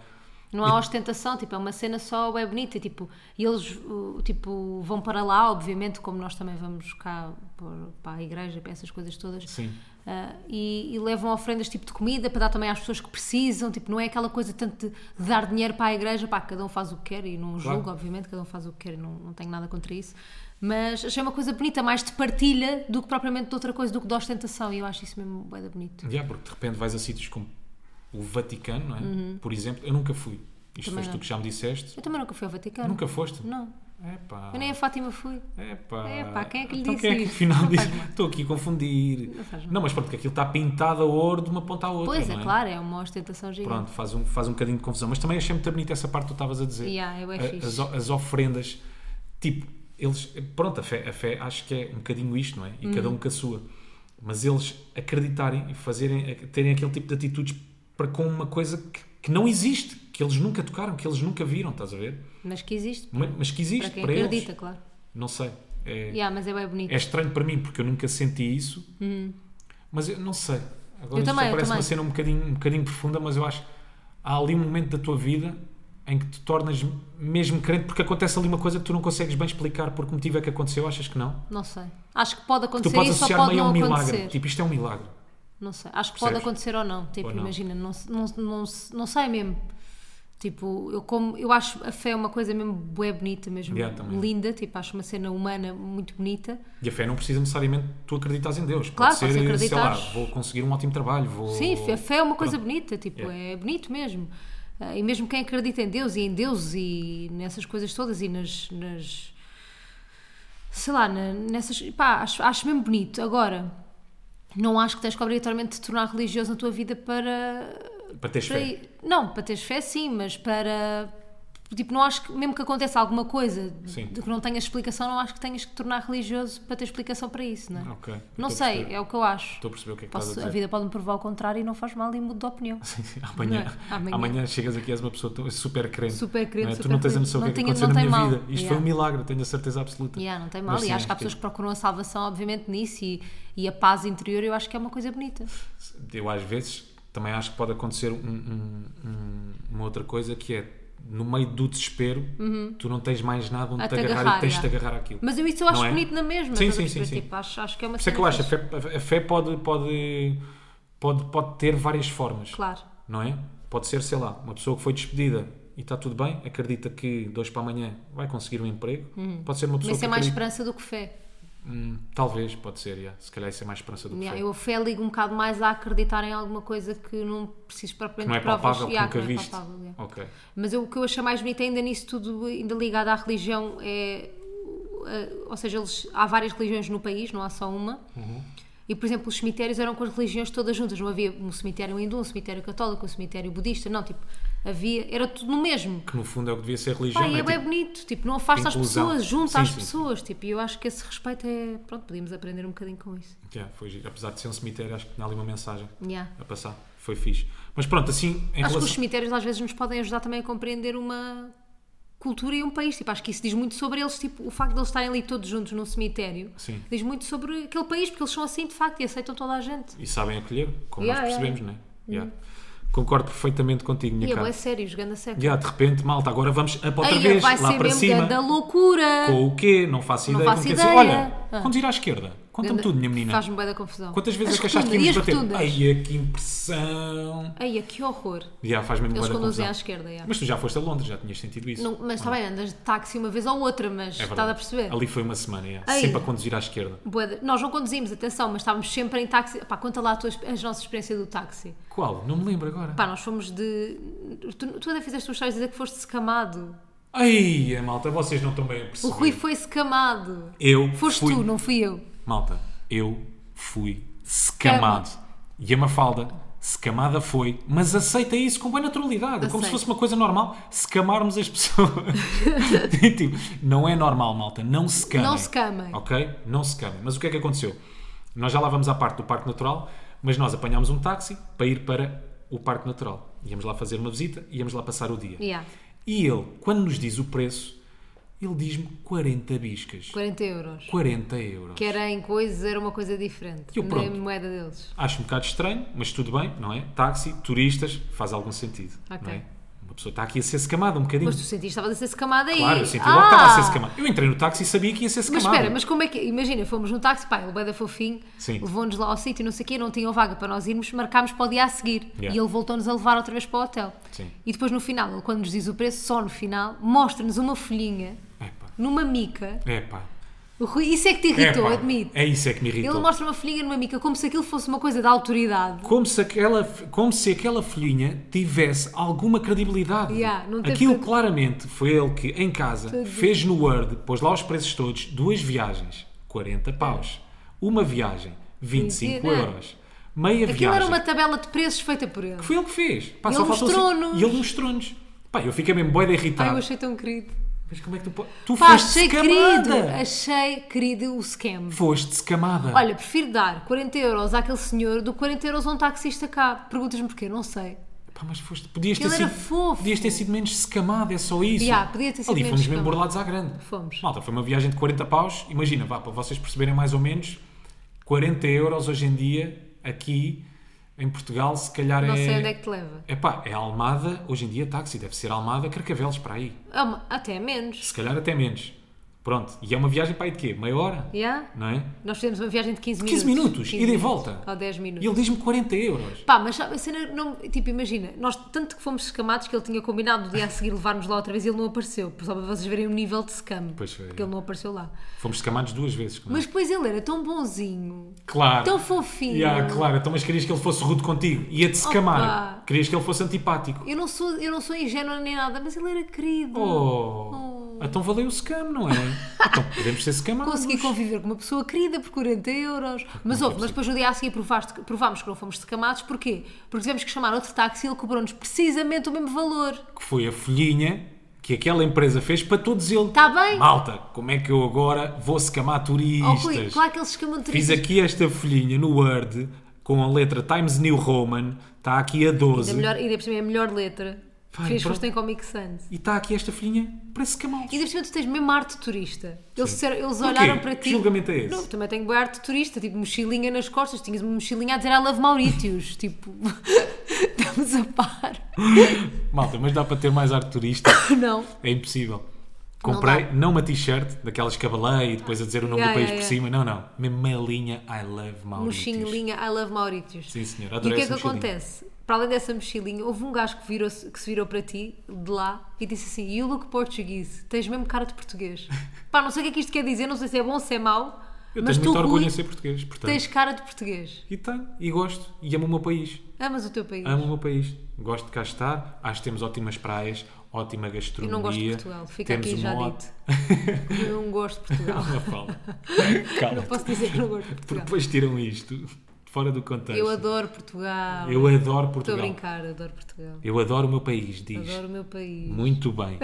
Não há ostentação, tipo, é uma cena só, é bonita, tipo, e eles, uh, tipo, vão para lá, obviamente, como nós também vamos cá por- para a igreja, para essas coisas todas, Sim. Ah, e, e levam ofrendas, tipo, de comida, para dar também às pessoas que precisam, tipo, não é aquela coisa tanto de dar dinheiro para a igreja, pá, cada um faz o que quer, e não julgo, obviamente, cada um faz o que quer, e não, não tenho nada contra isso, mas achei uma coisa bonita, mais de partilha do que propriamente de outra coisa, do que de ostentação, e eu acho isso mesmo bué da bonito. Yeah, porque de repente vais a sítios como o Vaticano, não é? Por exemplo, eu nunca fui. Isto Uhum. Também foste não. tu que já me disseste. Eu também nunca fui ao Vaticano. Nunca foste? Ah. Não, Epá. eu nem a Fátima fui. Epá. Epá, quem é que lhe então disse quem é que isto? afinal Não disse? faz mal. Estou aqui a confundir. Não faz mal. mas pronto, que aquilo está pintado a ouro de uma ponta à outra. Pois, é, não é? claro, é uma ostentação gigante. Pronto, faz um, faz um bocadinho de confusão. Mas também achei muito bonita essa parte que tu estavas a dizer. Yeah, é bué A- fixe. as, o- as ofrendas, tipo, eles. Pronto, a fé, a fé acho que é um bocadinho isto, não é? E Uhum. cada um com a sua. Mas eles acreditarem e fazerem, terem aquele tipo de atitudes para com uma coisa que, que não existe, que eles nunca tocaram, que eles nunca viram, estás a ver? Mas que existe. Mas, mas que existe Para para, quem acredita, eles. claro. Não sei. É, Yeah, mas é bem bonito. é estranho para mim porque eu nunca senti isso, mas eu não sei. Agora Hum. Eu isto também, eu parece uma também. cena um bocadinho, um bocadinho profunda, mas eu acho que há ali um momento da tua vida em que te tornas mesmo crente porque acontece ali uma coisa que tu não consegues bem explicar por que motivo é que aconteceu, achas que não? Não sei. Acho que pode Tu acontecer podes isso ou associar pode meio a não um milagre. acontecer. Tipo, isto é um milagre. Não sei. Acho que Percebes? pode acontecer ou não. Tipo, Ou não. imagina, não, se- não, se- não, se- não sei mesmo. Tipo, eu como eu acho a fé uma coisa mesmo bué bonita, mesmo Yeah, também. linda, tipo, acho uma cena humana muito bonita. E a fé não precisa necessariamente tu acreditas em Deus. Claro, pode pode ser, ser sei lá, acreditares. vou conseguir um ótimo trabalho, vou... Sim, a fé é uma coisa Pronto. bonita, tipo, Yeah. é bonito mesmo. Ah, E mesmo quem acredita em Deus e em Deus e nessas coisas todas e nas. nas- sei lá, na- nessas. pá, acho, acho mesmo bonito. Agora, não acho que tens que obrigatoriamente te tornar religioso na tua vida para. Para teres Para- fé. Não, para teres fé sim, mas para. Tipo, não acho que, mesmo que aconteça alguma coisa Sim. de que não tenhas explicação, não acho que tenhas que te tornar religioso para ter explicação para isso, não é? Ok. Eu Não estou a sei, perceber. é o que eu acho. Estou a perceber o que é que Posso- estás a a dizer. vida pode-me provar o contrário e não faz mal e mudo de opinião. Sim, sim. amanhã, Não é? amanhã. Amanhã. chegas aqui e és uma pessoa tão- super crente. Super crente, não é? Tu super não tens a crente. noção do que é Não que tinha- aconteceu na não tem minha mal. vida. Isto foi um Yeah. milagre, tenho a certeza absoluta. Yeah, não tem mal. Mas assim, e sim, acho que há acho pessoas que procuram a salvação, obviamente, nisso e, e a paz interior. Eu acho que é uma coisa bonita. tipo, Eu às vezes também acho que pode acontecer um- um- um- uma outra coisa que é no meio do desespero, tu não tens mais nada onde Uhum. A te te agarrar, e agarrar, tens de te yeah. agarrar àquilo. Mas eu, isso eu acho Não é? bonito na mesma. Sim, estás a sim, sim, perceber? sim. Tipo, acho, acho que é uma Por isso é cena que eu acho, a fixe. fé, a fé pode, pode, pode, pode ter várias formas. Claro. Não é? Pode ser, sei lá, uma pessoa que foi despedida e está tudo bem, acredita que dois para amanhã vai conseguir um emprego. Pode ser uma pessoa Mas isso que é mais acredita- esperança do que fé. Hum, talvez, pode ser, yeah. se calhar isso é mais esperança do que Yeah, fé. eu a fé ligo um bocado mais a acreditar em alguma coisa que não preciso Que não propriamente é de provas. palpável, que Yeah, nunca que não é viste. palpável, yeah. Ok. Mas eu- o que eu acho mais bonito ainda nisso tudo, ainda ligado à religião, é. eh, Ou seja, eles- há várias religiões no país, não há só uma. E, por exemplo, os cemitérios eram com as religiões todas juntas. Não havia um cemitério hindu, um cemitério católico, um cemitério budista. Não, tipo, havia. Era tudo no mesmo. Que no fundo é o que devia ser religião. Pá, e não é é? bem Tipo, bonito. Tipo, não afasta as inclusão. pessoas, junta Sim, as sim. pessoas. Tipo, e eu acho que esse respeito é. Pronto, podíamos aprender um bocadinho com isso. yeah, foi giro. Apesar de ser um cemitério, acho que tinha ali uma mensagem Yeah. a passar. Foi fixe. Mas pronto, assim, em Acho que os relação. cemitérios às vezes nos podem ajudar também a compreender uma cultura e um país. Tipo, acho que isso diz muito sobre eles. Tipo, o facto de eles estarem ali todos juntos num cemitério Sim. diz muito sobre aquele país, porque eles são assim de facto e aceitam toda a gente. E sabem acolher, como Yeah, yeah, nós percebemos, não é? Yeah. Concordo perfeitamente contigo, minha E é cara. bué sério, jogando a sério. Já, de repente, malta, agora vamos up outra Aí vez, vai lá ser para mesmo cima. da loucura. Com o quê? Não faço Não ideia. faço Como quer ideia. dizer, olha, Ah. conta ir à esquerda. Conta-me Ganda- tudo, minha menina. Faz-me bué da confusão. Quantas vezes As é que achaste que rotundas, íamos e as bater? rotundas? Ai, é que impressão. Ai, que horror. Já, faz mesmo Eles bué da conduzem à confusão. esquerda, já. Mas tu já foste a Londres, já tinhas sentido isso. Não- mas está bem, andas de táxi uma vez ou outra, mas É estás verdade. a perceber? Ali foi uma semana, já. Ai. sempre a conduzir à esquerda. Bué de- Nós não conduzimos, atenção, mas estávamos sempre em táxi. Pá, conta lá a, tua, a nossa experiência do táxi. Qual? Não me lembro agora. Pá, nós fomos de. Tu, tu ainda fizeste os a dizer que foste secamado. Ai, a malta, vocês não estão bem a O perceber. Rui foi secamado. Eu Foste fui... tu, não fui eu. Malta, eu fui secamado. E a Mafalda, secamada foi, mas aceita isso com boa naturalidade, como se Aceito. fosse uma coisa normal, secamarmos as pessoas. E, tipo, não é normal, malta, não se camem. Não se camem. Ok? Não se camem. Mas o que é que aconteceu? Nós já lá vamos à parte do Parque Natural, mas nós apanhámos um táxi para ir para o Parque Natural. Íamos lá fazer uma visita, íamos lá passar o dia. Yeah. E ele, quando nos diz o preço, ele diz-me 40 biscas. 40 euros. 40 euros. Que era em coisas, era uma coisa diferente. Eu, não é pronto. moeda deles. Acho um bocado estranho, mas tudo bem, não é? Táxi, turistas, faz algum sentido. Ok. Não é? Uma pessoa está aqui a ser secamada um bocadinho. Mas tu sentiste que estavas a ser secamado aí. Ah! Claro, eu senti logo que estava a ser secamada. Eu entrei no táxi e sabia que ia ser Mas secamada. espera, mas como é que. Imagina, fomos no táxi, pá, ele é bué da fofinho, Sim. levou-nos lá ao sítio, não sei o quê, não tinham vaga para nós irmos, marcámos para o dia a seguir. Yeah. E ele voltou-nos a levar outra vez para o hotel. Sim. E depois no final, ele quando nos diz o preço, só no final, mostra-nos uma folhinha, Epá, numa mica. epá. O Rui- Isso é que te irritou, epá. admito. É isso é que me irritou. Ele mostra uma folhinha numa mica, como se aquilo fosse uma coisa da autoridade. Como se, aquela, como se aquela folhinha tivesse alguma credibilidade. Yeah, não teve Aquilo credi- claramente foi ele que, em casa, fez no Word, pôs lá os preços todos, duas viagens, 40 paus. Uma viagem, 25 É. Não. é? euros. Meia Aquilo viagem. era uma tabela de preços feita por ele. Foi ele que fez. Pá, Ele só faltou mostrou-nos. assim- E ele mostrou-nos. Pá, eu fiquei mesmo boida Ai, eu irritado. achei tão querido. Mas como é que tu podes... Tu Pá, foste achei querido. scamada. Achei querido o scam. Foste secamada. Olha, prefiro dar 40 euros àquele senhor do que 40 euros a um taxista cá. Perguntas-me porquê? Não sei. Pá, mas foste... Podias ter, Ele sido... era fofo. Podias ter sido menos secamada, é só isso. Ya, podia ter sido Ali menos fomos mesmo secamada. borlados à grande. Fomos. Malta, foi uma viagem de 40 paus. Imagina, vá, para vocês perceberem mais ou menos, 40 euros hoje em dia, aqui em Portugal, se calhar Não é... sei onde é que te leva. Epá, é Almada, hoje em dia táxi, deve ser Almada, Carcavelos, para aí. Ah, ma- Até menos. Se calhar até menos. Pronto, e é uma viagem para aí de quê? Meia hora? Yeah? Não é? Nós fizemos uma viagem de 15 minutos. 15 minutos, ida e volta. Ou 10 minutos. E ele diz-me 40 euros. Pá, mas sabe, a cena, não, tipo, imagina, nós tanto que fomos escamados que ele tinha combinado no dia a seguir levar-nos lá outra vez e ele não apareceu. Só para vocês verem o nível de scam. Pois foi. Porque ele não apareceu lá. Fomos escamados duas vezes. claro. Mas depois ele era tão bonzinho. claro. tão fofinho. Ah. Yeah, claro, então, mas querias que ele fosse rude contigo. Ia-te Opa. escamar. Querias que ele fosse antipático. Eu não sou, eu não sou ingênua nem nada, mas ele era querido. Oh. Então valeu o scam, não é? então podemos ser scamados. Consegui conviver com uma pessoa querida por 40 euros. Mas ouve, mas depois no dia a seguir provaste- provámos que não fomos secamados. Porquê? Porque tivemos que chamar outro táxi e ele cobrou-nos precisamente o mesmo valor. Que foi a folhinha que aquela empresa fez para todos eles. Tá bem? Malta, como é que eu agora vou scamar Oh, turistas? Rui, claro que eles escamam de Fiz aqui esta folhinha no Word com a letra Times New Roman, está aqui a É 12. melhor, e depois também é a melhor letra. Pá, Fez pronto. foste em Comic Sans. E está aqui esta folhinha para escamá-los. E depois também tu tens mesmo arte de turista. Eles, disseram- eles é Porquê? olharam para ti. Que julgamento é esse? Não, também tenho boa arte de turista, tipo mochilinha nas costas. Tinhas uma mochilinha a dizer I love Mauritius. tipo, estamos a par. Malta, mas dá para ter mais arte turista? Não. É impossível. Não Comprei dá. não, uma t-shirt, daquelas que abalei e depois a dizer o nome Yeah, do país yeah, por cima. Não, não. Mesmo uma linha I love Mauritius. Mochilinha I love Mauritius. Sim, senhor. E o Adorei que é que essa mochilinha. acontece? Para além dessa mochilinha, houve um gajo que, virou que se virou para ti, de lá, e disse assim: You look Portuguese, tens mesmo cara de português. Pá, não sei o que é que isto quer dizer, não sei se é bom ou se é mau, Eu mas tenho tu, muito orgulho Rui, em ser português, portanto. tens cara de português. E tenho, e gosto, e amo o meu país. Amas o teu país. Amo o meu país. Gosto de cá estar. Acho que temos ótimas praias, ótima gastronomia. não gosto de Portugal, fica um Temos um aqui já uma dito. ótima- Eu não gosto de Portugal. Calma, fala. Calma. Posso dizer que não gosto de Porque Portugal. depois tiram isto fora do contexto. Eu adoro Portugal. Eu adoro Estou a Portugal. brincar, adoro Portugal. Eu adoro o meu país, diz. Adoro o meu país. Muito bem.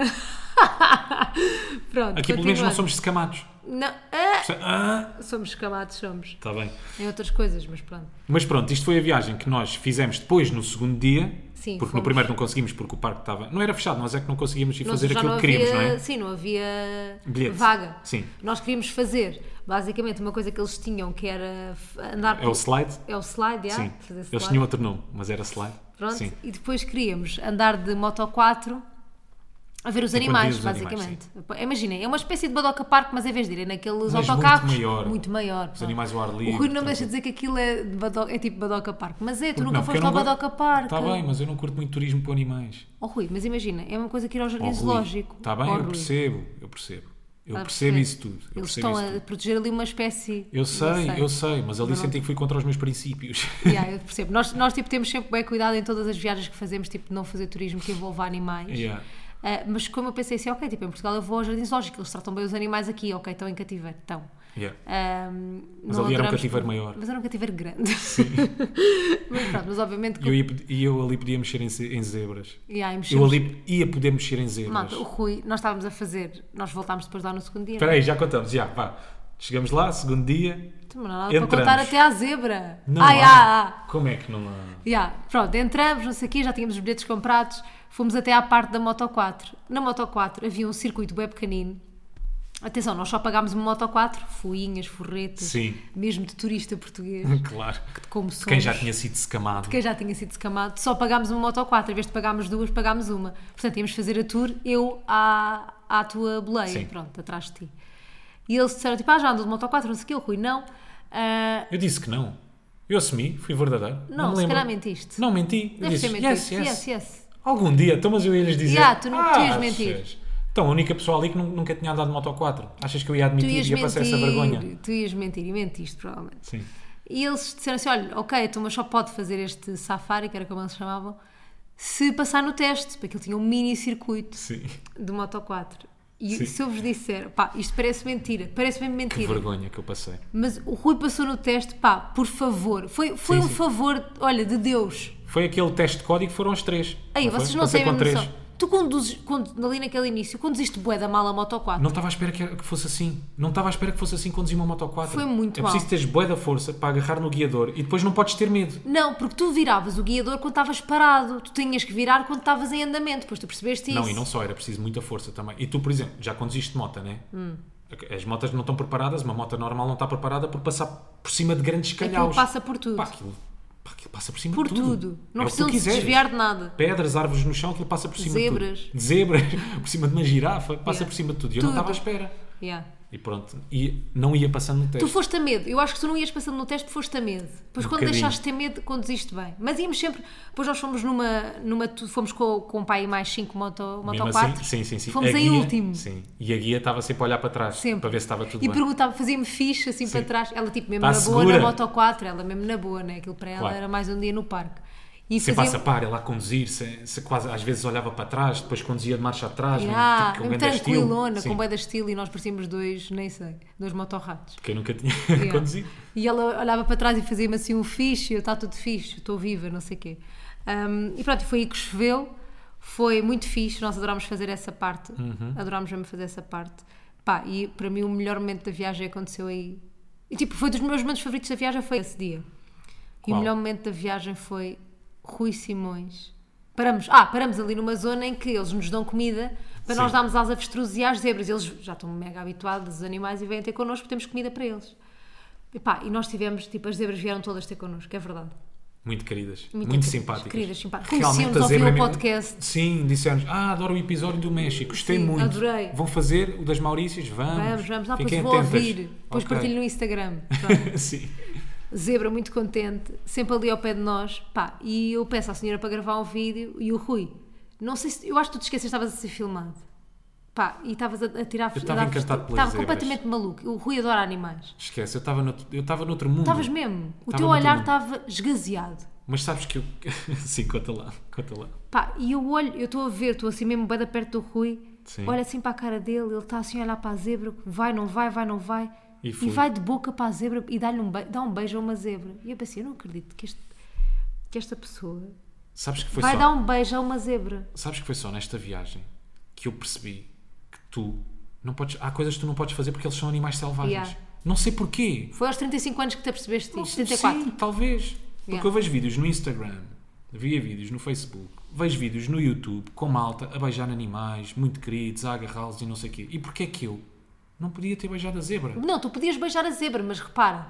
Pronto, Aqui pelo menos não continuando. somos escamados. Não, ah, Está Somos escalados, somos. Tá bem. Em outras coisas, mas pronto. Mas pronto, isto foi a viagem que nós fizemos depois no segundo dia. Sim, porque no fomos. primeiro não conseguimos, porque o parque estava. Não era fechado, nós é que não conseguíamos ir Nós fazer já aquilo não que queríamos, havia, não é? Sim, não havia Bilhete. vaga. Sim. Nós queríamos fazer, basicamente, uma coisa que eles tinham, que era f- andar... É o slide? É o slide, já? Sim. Fazer Eles slide. tinham outro nome, mas era slide. Pronto, Sim. e depois queríamos andar de Moto 4 a ver os Enquanto animais, via os animais, basicamente. Imaginem, é uma espécie de Badoca Park, mas em vez de irem naqueles Mas autocarros. muito maior. Muito maior. Os pronto. animais ao ar livre. O Rui não me tudo. deixa dizer que aquilo é, de Badoca- é tipo Badoca Park, mas é, tu Porque nunca não, porque eu foste não ao gosto- Badoca Park. Está bem, mas eu não curto muito turismo com animais. Oh, Rui, mas imagina, é uma coisa que ir ao jardim Ó, Rui, zoológico. Está bem, Ó, eu Rui, percebo, eu percebo. Eu está a percebo perceber? isso tudo. Eu Eles percebo estão isso a tudo. proteger ali uma espécie. Eu sei, não eu sei, mas ali senti que fui contra os meus princípios. Yeah, eu percebo. Nós, nós tipo, temos sempre bem cuidado em todas as viagens que fazemos, tipo, de não fazer turismo que envolva animais. Yeah. Ah, mas como eu pensei assim, ok, tipo, em Portugal eu vou ao jardim zoológico, eles tratam bem os animais aqui, ok, estão em cativeiro, estão. Yeah. Ah, Mas não ali era um adoramos- cativeiro maior. Mas era um cativeiro grande. mas pronto, mas obviamente E É que eu, ia pedi- e eu ali podia mexer em, ze- em zebras. Yeah, e Eu mexemos- ali ia poder mexer em zebras. Malta, o Rui, nós estávamos a fazer, nós voltámos depois lá no segundo dia. Espera aí, já contamos, já, vá. Chegamos lá, segundo dia. Não, não há nada Entramos. para contar até à zebra. Não ai, há. ah, ah. Como é que não há? Yeah, Pronto, entramos, não sei o quê, já tínhamos os bilhetes comprados, fomos até à parte da Moto 4. Na Moto 4 havia um circuito bem pequenino. Atenção, nós só pagámos uma Moto 4, foinhas, forretas, Sim. mesmo de turista português, Claro. como somos, Quem já tinha sido secamado. quem já tinha sido escamado, só pagámos uma Moto 4, em vez de pagámos duas, pagámos uma. Portanto, íamos fazer a tour, eu à, à tua boleia, Sim. pronto, atrás de ti. E eles disseram, tipo, ah, já andou de Moto 4, não sei o quê, o Rui, não. Ah, Eu disse que não. Eu assumi, fui verdadeiro. não, me se lembro. calhar mentiste. Não menti. Eu Deves disse, ter mentido. yes, yes. yes, yes. Algum dia, então, mas eu ia lhes dizer. Ya, tu nunca tinhas "Ah, mentido." achas? Então, a única pessoa ali que nun- nunca tinha andado de moto 4. Achas que eu ia Tu admitir ias ia passar essa vergonha? mentir, tu ias mentir e mentiste, provavelmente. Sim. E eles disseram assim: olha, ok, tu mas só pode fazer este safari, que era como eles chamavam, se passar no teste, porque ele tinha um mini circuito Sim. de Moto 4. E Sim. se eu vos disser, pá, isto parece mentira, parece mesmo Que mentira. vergonha que eu passei. Mas o Rui passou no teste, pá, por favor. Foi, foi Sim, um sim. favor, olha, de Deus. Foi aquele teste de código, foram os três. Aí, foi? vocês não Passei têm a com três. noção. Tu conduzes, condu- ali naquele início, conduziste bué da mala Moto 4. Não estava à espera que, era- que fosse assim. Não estava à espera que fosse assim conduzir uma moto 4. Foi muito É mal. preciso teres bué da força para agarrar no guiador e depois não podes ter medo. Não, porque tu viravas o guiador quando estavas parado. Tu tinhas que virar quando estavas em andamento. Depois tu percebeste isso. Não, e não só, era preciso muita força também. E tu, por exemplo, já conduziste moto, né? Hum. As motas não estão preparadas, uma moto normal não está preparada por passar por cima de grandes Aquilo calhaus. É passa por tudo. Pá, aquilo, pá, aquilo passa por cima por de tudo. tudo. Não É o que tu precisam de se quiseres. desviar de nada. Pedras, árvores no chão, aquilo passa por cima de Zebras. tudo. Zebras. por cima de uma girafa, passa Yeah. por cima de tudo. E eu não Tudo. estava à espera. Yeah. E pronto, e não ia passando no Tu teste. foste a medo. Eu acho que tu não ias passando no teste, foste a medo. Depois, Um quando bocadinho. deixaste de ter medo, conduziste bem. Mas íamos sempre. Depois, nós fomos numa. numa tu- fomos com, com o pai e mais 5 moto, moto Mesmo 4. assim, sim, sim, sim. Fomos A em guia- último. Sim. E a guia estava sempre a olhar para trás Sempre. para ver se estava tudo E bem. perguntava, fazia-me fixe assim para trás. Ela, tipo, mesmo Tá na boa, segura? na Moto 4, ela mesmo na boa, né? Aquilo para ela Claro. era mais um dia no parque. E Sempre fazia- a sapar, ela a conduzir, se, se quase, às vezes olhava para trás, depois conduzia de marcha atrás, Ya, mesmo, tipo, com mesmo grande estilo. tranquilona, Sim, um com bué de estilo e nós parecíamos dois, nem sei, dois motorratos. Porque eu nunca tinha Ya. conduzido. E ela olhava para trás e fazia-me assim um fixe, eu está tudo fixe, eu estou viva, não sei o quê. Um, e pronto, foi aí que choveu, foi muito fixe, nós adorámos fazer essa parte, Uhum. adorámos mesmo fazer essa parte. Pá, e para mim o melhor momento da viagem aconteceu aí. E tipo, foi dos meus momentos favoritos da viagem, foi esse dia. E Qual? o melhor momento da viagem foi Rui Simões. Paramos, ah, paramos ali numa zona em que eles nos dão comida para nós Sim. darmos às avestruzes e às zebras. Eles já estão mega habituados, os animais, e vêm ter connosco, temos comida para eles. E, pá, e nós tivemos, tipo, as zebras vieram todas ter connosco, é verdade. Muito queridas, muito, queridas, simpáticas. queridas, simpáticas. Realmente Conhecíamos, a ouviam zebra é o mesmo- podcast. Sim, disseram-nos, ah, adoro o episódio do México, gostei Sim, muito. adorei. Vão fazer o das Maurícias? Vamos. Vamos, vamos, ah, depois Fiquem vou atentas. ouvir, depois Ok. partilho no Instagram. Pronto. Sim. Zebra muito contente, sempre ali ao pé de nós, pá, e eu peço à senhora para gravar um vídeo e o Rui, não sei se, eu acho que tu te esqueces, estavas a ser filmado, pá, e estavas a, a tirar Eu estava a dar- encantado pelas Estava zebras. completamente maluco, o Rui adora animais, Esquece, eu estava noutro, eu estava noutro mundo. estavas mesmo, o Estava teu no olhar mundo. estava esgazeado, Mas sabes que eu. Sim, conta lá, conta lá. pá, e eu olho, eu estou a ver, estou assim mesmo bem da perto do Rui, Sim. olho assim para a cara dele, ele está assim a olhar para a zebra, vai, não vai, vai, não vai, E e, fui. vai de boca para a zebra e dá-lhe um, be dá um beijo a uma zebra, e eu pensei, eu não acredito que, este, que esta pessoa... Sabes que foi Vai só. dar um beijo a uma zebra. Sabes que foi só nesta viagem que eu percebi que tu não podes. Há coisas que tu não podes fazer porque eles são animais selvagens. Yeah. Não sei porquê. Foi aos 35 anos que te apercebeste Não disso. sei- 74. Sim, talvez. Porque Yeah. eu vejo vídeos no Instagram, via vídeos no Facebook, vejo vídeos no YouTube com malta a beijar animais, muito queridos, a agarrá-los e não sei o quê. E porquê é que eu não podia ter beijado a zebra? Não, tu podias beijar a zebra, mas repara,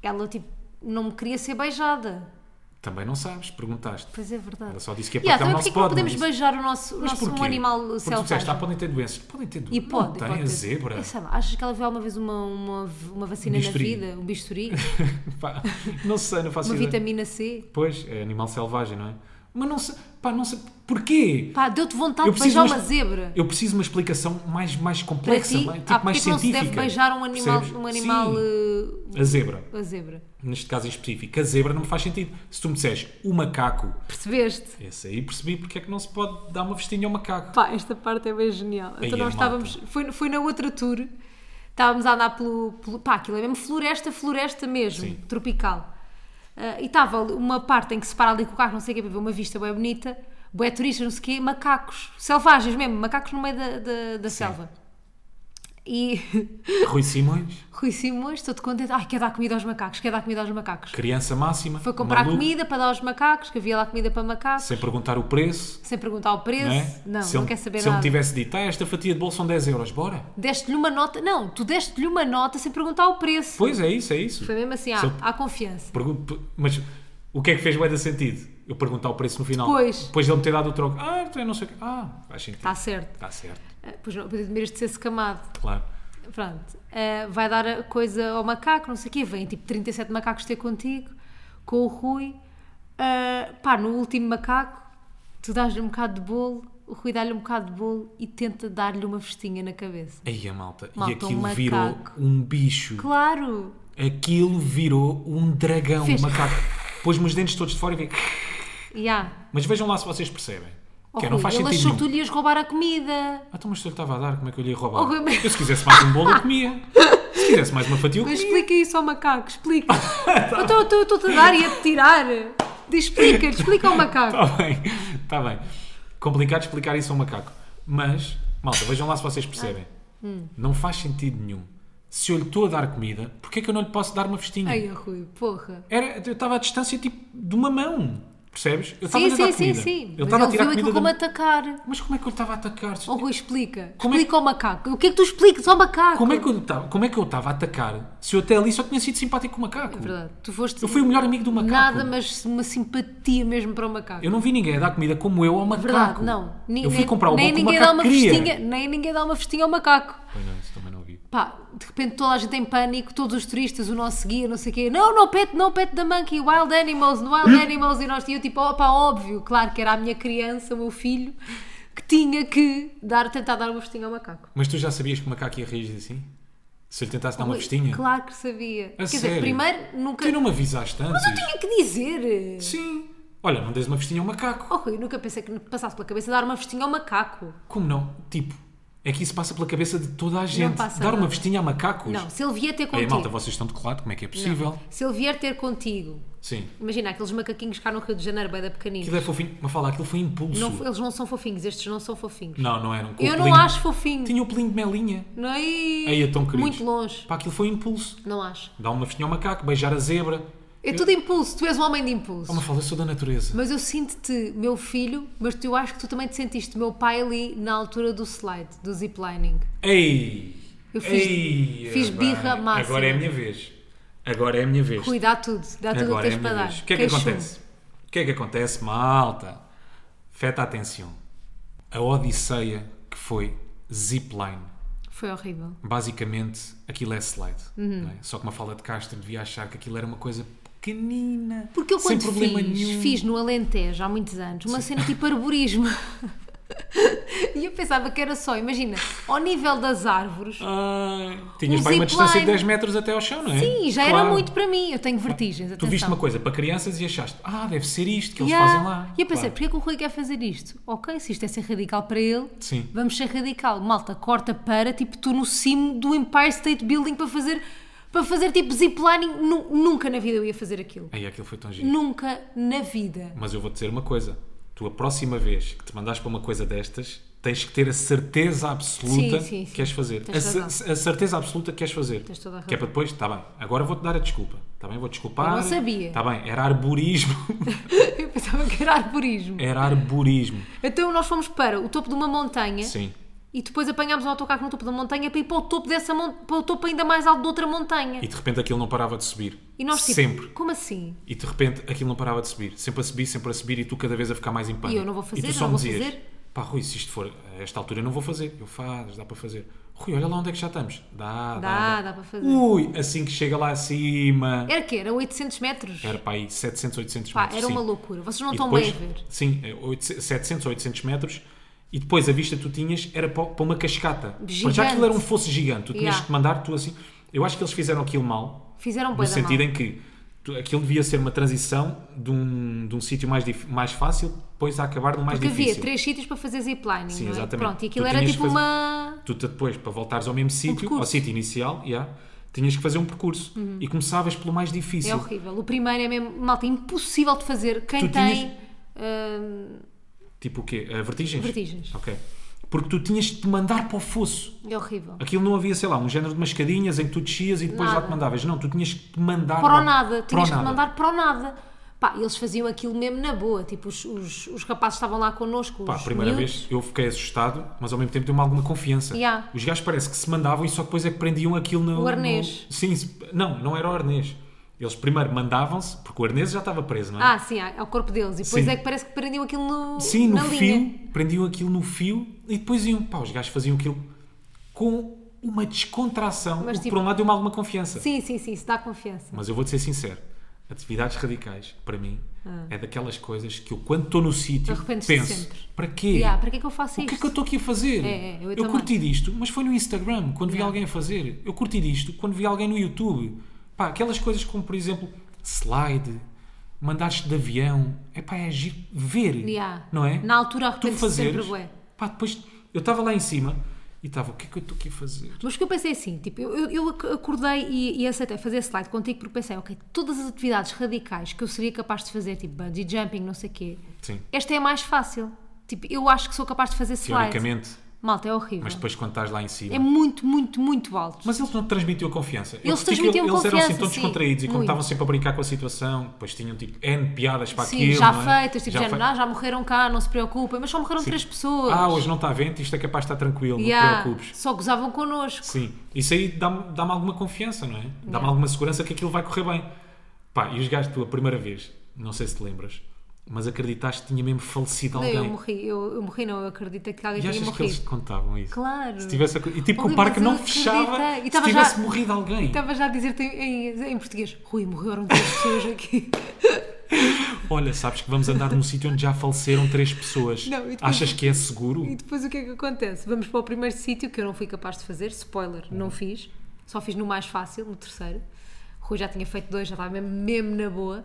ela tipo não me queria ser beijada. Também não sabes, perguntaste. Pois é verdade. Ela só disse que é para Yeah, cá, também porque não se é que não pode. podemos mas- beijar o nosso, o mas nosso um porquê? animal Porque tu disseste, ah, selvagem? podem ter doenças. Podem ter doenças. E pode. não pode tem a ter- zebra. Eu sei lá, achas que ela viu alguma vez uma, uma, uma vacina Um na bisturi. vida? Um bisturi? Pá, não sei, não faço uma ideia. vitamina C? Pois, é animal selvagem, não é? Mas não sei, pá, não sei, porquê? Pá, deu-te vontade Eu de preciso beijar de uma uma- zebra. Eu preciso de uma explicação mais, mais Para complexa, ti, mais, tipo, há mais porque é não se científica. deve beijar um animal, Percebes? um animal Sim. eh, A zebra, a zebra. neste caso em específico. A zebra não me faz sentido. Se tu me disseres o macaco, Percebeste? esse aí percebi porque é que não se pode dar uma vestinha ao macaco. Pá, esta parte é bem genial. Aí Então é nós estávamos. Foi, foi na outra tour, estávamos a andar pelo, pelo. Pá, aquilo é mesmo floresta, floresta mesmo, Sim. tropical. Ah, e estava ali uma parte em que se para ali com o carro, não sei o que, para ver uma vista bem bonita, bué turistas, não sei o quê, macacos, selvagens mesmo, macacos no meio da, da, da selva. E Rui Simões, Rui Simões, estou-te contente, ai, quer dar comida aos macacos, quer dar comida aos macacos. criança máxima. Foi comprar maluco, comida para dar aos macacos, que havia lá comida para macacos, Sem perguntar o preço. sem perguntar o preço, Não, é? não, se não ele- quer saber Se ele nada. me tivesse dito, ah, esta fatia de bolo são 10 euros, bora. Deste-lhe uma nota. Não, tu deste-lhe uma nota sem perguntar o preço. Foi, Pois é isso, é isso. mesmo assim, há, Se eu- há confiança. Pergun- pe- Mas o que é que fez bué de sentido? Eu perguntar o preço no final. Depois. Depois de ele me ter dado o troco. Ah, então eu não sei o quê. Ah, faz sentido. Está certo. Está certo, Ah, Pois não, podia de ser secamado. claro. Pronto. Ah, vai dar a coisa ao macaco, não sei o quê. Vem tipo 37 macacos ter contigo, com o Rui. Ah, pá, no último macaco, tu dás-lhe um bocado de bolo, o Rui dá-lhe um bocado de bolo e tenta dar-lhe uma festinha na cabeça. Aí a malta. Malta, e um aquilo macaco. virou um bicho. Claro! Aquilo virou um dragão, Fez. um macaco. Pôs-me os dentes todos de fora e veio. Yeah. Mas vejam lá se vocês percebem. Oh, que é, não Rui, faz ele sentido achou nenhum. que tu lhe ias roubar a comida. Ah, então mas se eu lhe estava a dar, como é que eu lhe ia roubar? Oh, Rui, mas- eu se quisesse mais um bolo, eu comia. Se quisesse mais uma fatia, eu Mas comia. explica isso ao macaco, explica. Eu estou- estou- estou-te a dar e a te tirar. Diz, Explica, explica ao macaco. Está Tá bem, está bem. Complicado explicar isso a um macaco. Mas, malta, vejam lá se vocês percebem. Ah, hum. Não faz sentido nenhum. Se eu lhe estou a dar comida, porquê é que eu não lhe posso dar uma festinha? Ai, Rui, porra. Era, eu estava à distância tipo de uma mão. Percebes? Eu estava a Sim, lhe dar sim, sim, comida. sim. Eu Mas estava a ele tirar viu comida. aquilo da- como atacar. Mas como é que eu lhe estava a atacar? Ó Rui, explica. Como é- Explica ao macaco. O que é que tu explicas ao macaco? Como é que eu lhe estava- como é que eu estava a atacar se eu até ali só tinha sido simpático com o macaco? É verdade, tu foste Eu fui o melhor amigo do macaco. nada, mas uma simpatia mesmo para o macaco. Eu não vi ninguém a dar comida como eu ao macaco. É Verdade, não. Ni- Eu fui nem- comprar o nem bolo que o ninguém dá macaco uma queria. festinha, Nem ninguém dá uma festinha ao macaco. Pois não, isso também não vi. Pá, de repente toda a gente em pânico, todos os turistas, o nosso guia, não sei o quê, não, não pet, não pet da monkey, wild animals, no wild animals, e nós, e eu tipo, opa, óbvio, claro que era a minha criança, o meu filho, que tinha que dar, tentar dar uma vestinha ao macaco. Mas tu já sabias que o macaco ia reagir assim? Se ele tentasse dar uma vestinha? Claro que sabia. Quer dizer, sério? primeiro, nunca, Tu não me avisaste antes? tinha que dizer. Sim. Olha, não dês uma vestinha ao macaco. Oh, Rui, nunca pensei que me passasse pela cabeça dar uma vestinha ao macaco. Como não? Tipo, é que isso passa pela cabeça de toda a gente. passa Dar nada. uma vestinha a macacos? Não, se ele vier ter Ei, contigo. malta, vocês estão de colado, como é que é possível? se ele vier ter contigo, Sim. imagina aqueles macaquinhos cá no Rio de Janeiro, bem da pequenina. Aquilo é fofinho. Mas fala, aquilo foi impulso. Não, eles não são fofinhos, estes não são fofinhos. não, não eram. Com Eu o não pelinho- acho fofinho. Tinha o pelinho de melinha. Não é? Aí é tão querido. Muito longe. Pá, aquilo foi impulso. Não acho. Dar uma vestinha ao macaco, beijar a zebra. É tudo impulso. Tu és um homem de impulso. Oh, mas fala, eu sou da natureza. Mas eu sinto-te meu filho, mas tu, eu acho que tu também te sentiste meu pai ali na altura do slide, do ziplining. Ei! Eu fiz- Ei, fiz bem. birra máxima. Agora é a minha vez. Agora é a minha vez. Rui, dá tudo. Dá tudo o que Agora é a tens minha para dar. vez. O que é que Queixume. acontece? O que é que acontece, malta? Feta atenção. A odisseia que foi zipline. Foi horrível. Basicamente, aquilo é slide. Uhum. não é? Só que uma fala de Castro devia achar que aquilo era uma coisa pequenina. Porque eu sem quando problema fiz, nenhum. fiz no Alentejo há muitos anos, uma cena tipo arborismo. e eu pensava que era só, imagina, ao nível das árvores, Ai, tinhas Um bem zipline. uma distância de 10 metros até ao chão, não é? sim, já Claro. era muito para mim. Eu tenho vertigens, Tu atenção. viste uma coisa para crianças e achaste, ah, deve ser isto que eles Yeah. fazem lá. E eu pensei, Claro. porquê que o Rui quer fazer isto? Ok, se isto é ser radical para ele, Sim. vamos ser radical. Malta, corta para, tipo, tu no cimo do Empire State Building para fazer, para fazer tipo ziplining. Nu- Nunca na vida eu ia fazer aquilo. Aí aquilo foi tão giro. Nunca na vida. Mas eu vou te dizer uma coisa. Tu a próxima vez que te mandares para uma coisa destas, Tens que ter a certeza absoluta Sim, sim, sim. que és fazer. Tens A, cer- razão. a certeza absoluta que queres fazer. Tens toda a que é para depois, está bem, agora vou-te dar a desculpa. Está bem, vou-te desculpar. Eu não sabia. Está bem, era arborismo. Eu pensava que era arborismo. era arborismo. Então nós fomos para o topo de uma montanha Sim. e depois apanhámos um autocarro no topo da montanha para ir para o topo dessa mon- para o topo ainda mais alto de outra montanha. E de repente aquilo não parava de subir. E nós tipo, Sempre. como assim? E de repente aquilo não parava de subir, sempre a subir, sempre a subir, e tu cada vez a ficar mais em pânico. eu não vou fazer, tu só eu não me vou dizias, fazer. Pá, Rui, se isto for a esta altura, eu não vou fazer. Eu faz, dá para fazer. Rui, olha lá onde é que já estamos. Dá, dá. Dá, dá para fazer. Ui, assim que chega lá acima. Era que era 800 metros. Era para aí 700, 800 É. Pá, metros. era sim. uma loucura. Vocês não E estão depois- bem a ver. Sim, é, oito- 700 ou 800 metros. E depois a vista que tu tinhas era para para uma cascata. Para já Gigante. aquilo era um fosso gigante. Tu tinhas Yeah. que mandar tu assim. Eu acho que eles fizeram aquilo mal. Fizeram No bué da sentido mal. em que tu- aquilo devia ser uma transição de um, de um sítio mais, dif- mais fácil, depois a acabar no mais Porque difícil. havia três sítios para fazer ziplining, Sim, não é? exatamente. Pronto, e aquilo Tu era tinhas tipo que fazer- uma... Tu te- depois, para voltares ao mesmo sítio, ao Um percurso. Uhum. sítio inicial, yeah, tinhas que fazer um percurso. E começavas pelo mais difícil. É horrível. O primeiro é mesmo, malta, impossível de fazer. Quem Tu tem... tinhas- hum, Tipo o quê? Ah, vertigens? Vertigens. Ok. Porque tu tinhas de te mandar para o fosso. é horrível. Aquilo não havia, sei lá, um género de mascadinhas em que tu descias e depois lá Nada. te mandavas. Não, tu tinhas que te mandar. Para o lá- nada. para Tinhas o que nada. mandar para o nada. Pá, eles faziam aquilo mesmo na boa. Tipo, os, os, os rapazes estavam lá connosco. Pá, a os primeira miúdos. vez eu fiquei assustado, mas ao mesmo tempo deu-me alguma confiança. Ya. Os gajos parece que se mandavam e só depois é que prendiam aquilo no. O arnês. no- Sim, se- não, não era o arnês. Eles primeiro mandavam-se, porque o arnês já estava preso, não é? Ah, sim, ah, ao corpo deles. E depois Sim. é que parece que prendiam aquilo no, Sim, no na fio, linha. prendiam aquilo no fio e depois iam. Pá, os gajos faziam aquilo com uma descontração, Mas, o que tipo- por um lado deu-me alguma confiança. Sim, sim, sim, isso dá confiança. Mas eu vou-te ser sincero, atividades radicais, para mim, é daquelas coisas que eu, quando estou no sítio, Arrependes-te penso, Ah. sempre. para quê? Ya, para que é que eu faço O que é isto? que eu estou aqui a fazer? É, é, eu eu também. curti disto, mas foi no Instagram, quando vi alguém a fazer. Eu curti disto, quando vi alguém no YouTube. Pá, aquelas coisas como, por exemplo, slide, mandaste de avião. É pá, é agir, ver. Ya. Não é? Na altura tu arrepende-se sempre, fazeres. bué. Pá, depois eu estava lá em cima e estava, o que é que eu estou aqui a fazer? Mas o que eu pensei assim, tipo, eu, eu- eu ac- acordei e, e aceitei fazer esse slide contigo porque pensei, ok, todas as atividades radicais que eu seria capaz de fazer, tipo bungee jumping, não sei o quê, Sim, esta é a mais fácil. Tipo, eu acho que sou capaz de fazer slide. teoricamente, Malta, é horrível. mas depois quando estás lá em cima. É muito, muito, muito alto. Mas eles não te transmitiam confiança. Eu Eles senti que transmitiam Eles eram assim confiança, tão sim, descontraídos e como muito. estavam sempre a brincar com a situação, depois tinham tipo N piadas para Sim, aquilo. já não é? feitas, tipo, já, fe- já morreram cá, não se preocupem, mas só morreram três pessoas. Ah, hoje não está a vento, isto é capaz de estar tranquilo, Yeah, não te preocupes. Só gozavam connosco. Sim, isso aí dá-me dá-me alguma confiança, não é? Dá-me alguma segurança que aquilo vai correr bem. Pá, e os gajos, tu a primeira vez, não sei se te lembras, mas acreditaste que tinha mesmo falecido Não, alguém. eu morri, eu, eu morri, não, eu acredito que alguém E tinha achas que morrido. eles te contavam isso? Claro. Se tivesse, ac- e tipo, que Ui, o parque mas eu não fechava acreditei. E se estava tivesse já- morrido alguém. Estava já a dizer-te em, em- em português, Rui, morreram três pessoas aqui. Olha, sabes que vamos andar num sítio onde já faleceram três pessoas. Não, e depois- Achas que é seguro? E depois o que é que acontece? Vamos para o primeiro sítio que eu não fui capaz de fazer, spoiler, não fiz, só fiz no mais fácil, no terceiro. O Rui já tinha feito dois, já estava mesmo, mesmo na boa.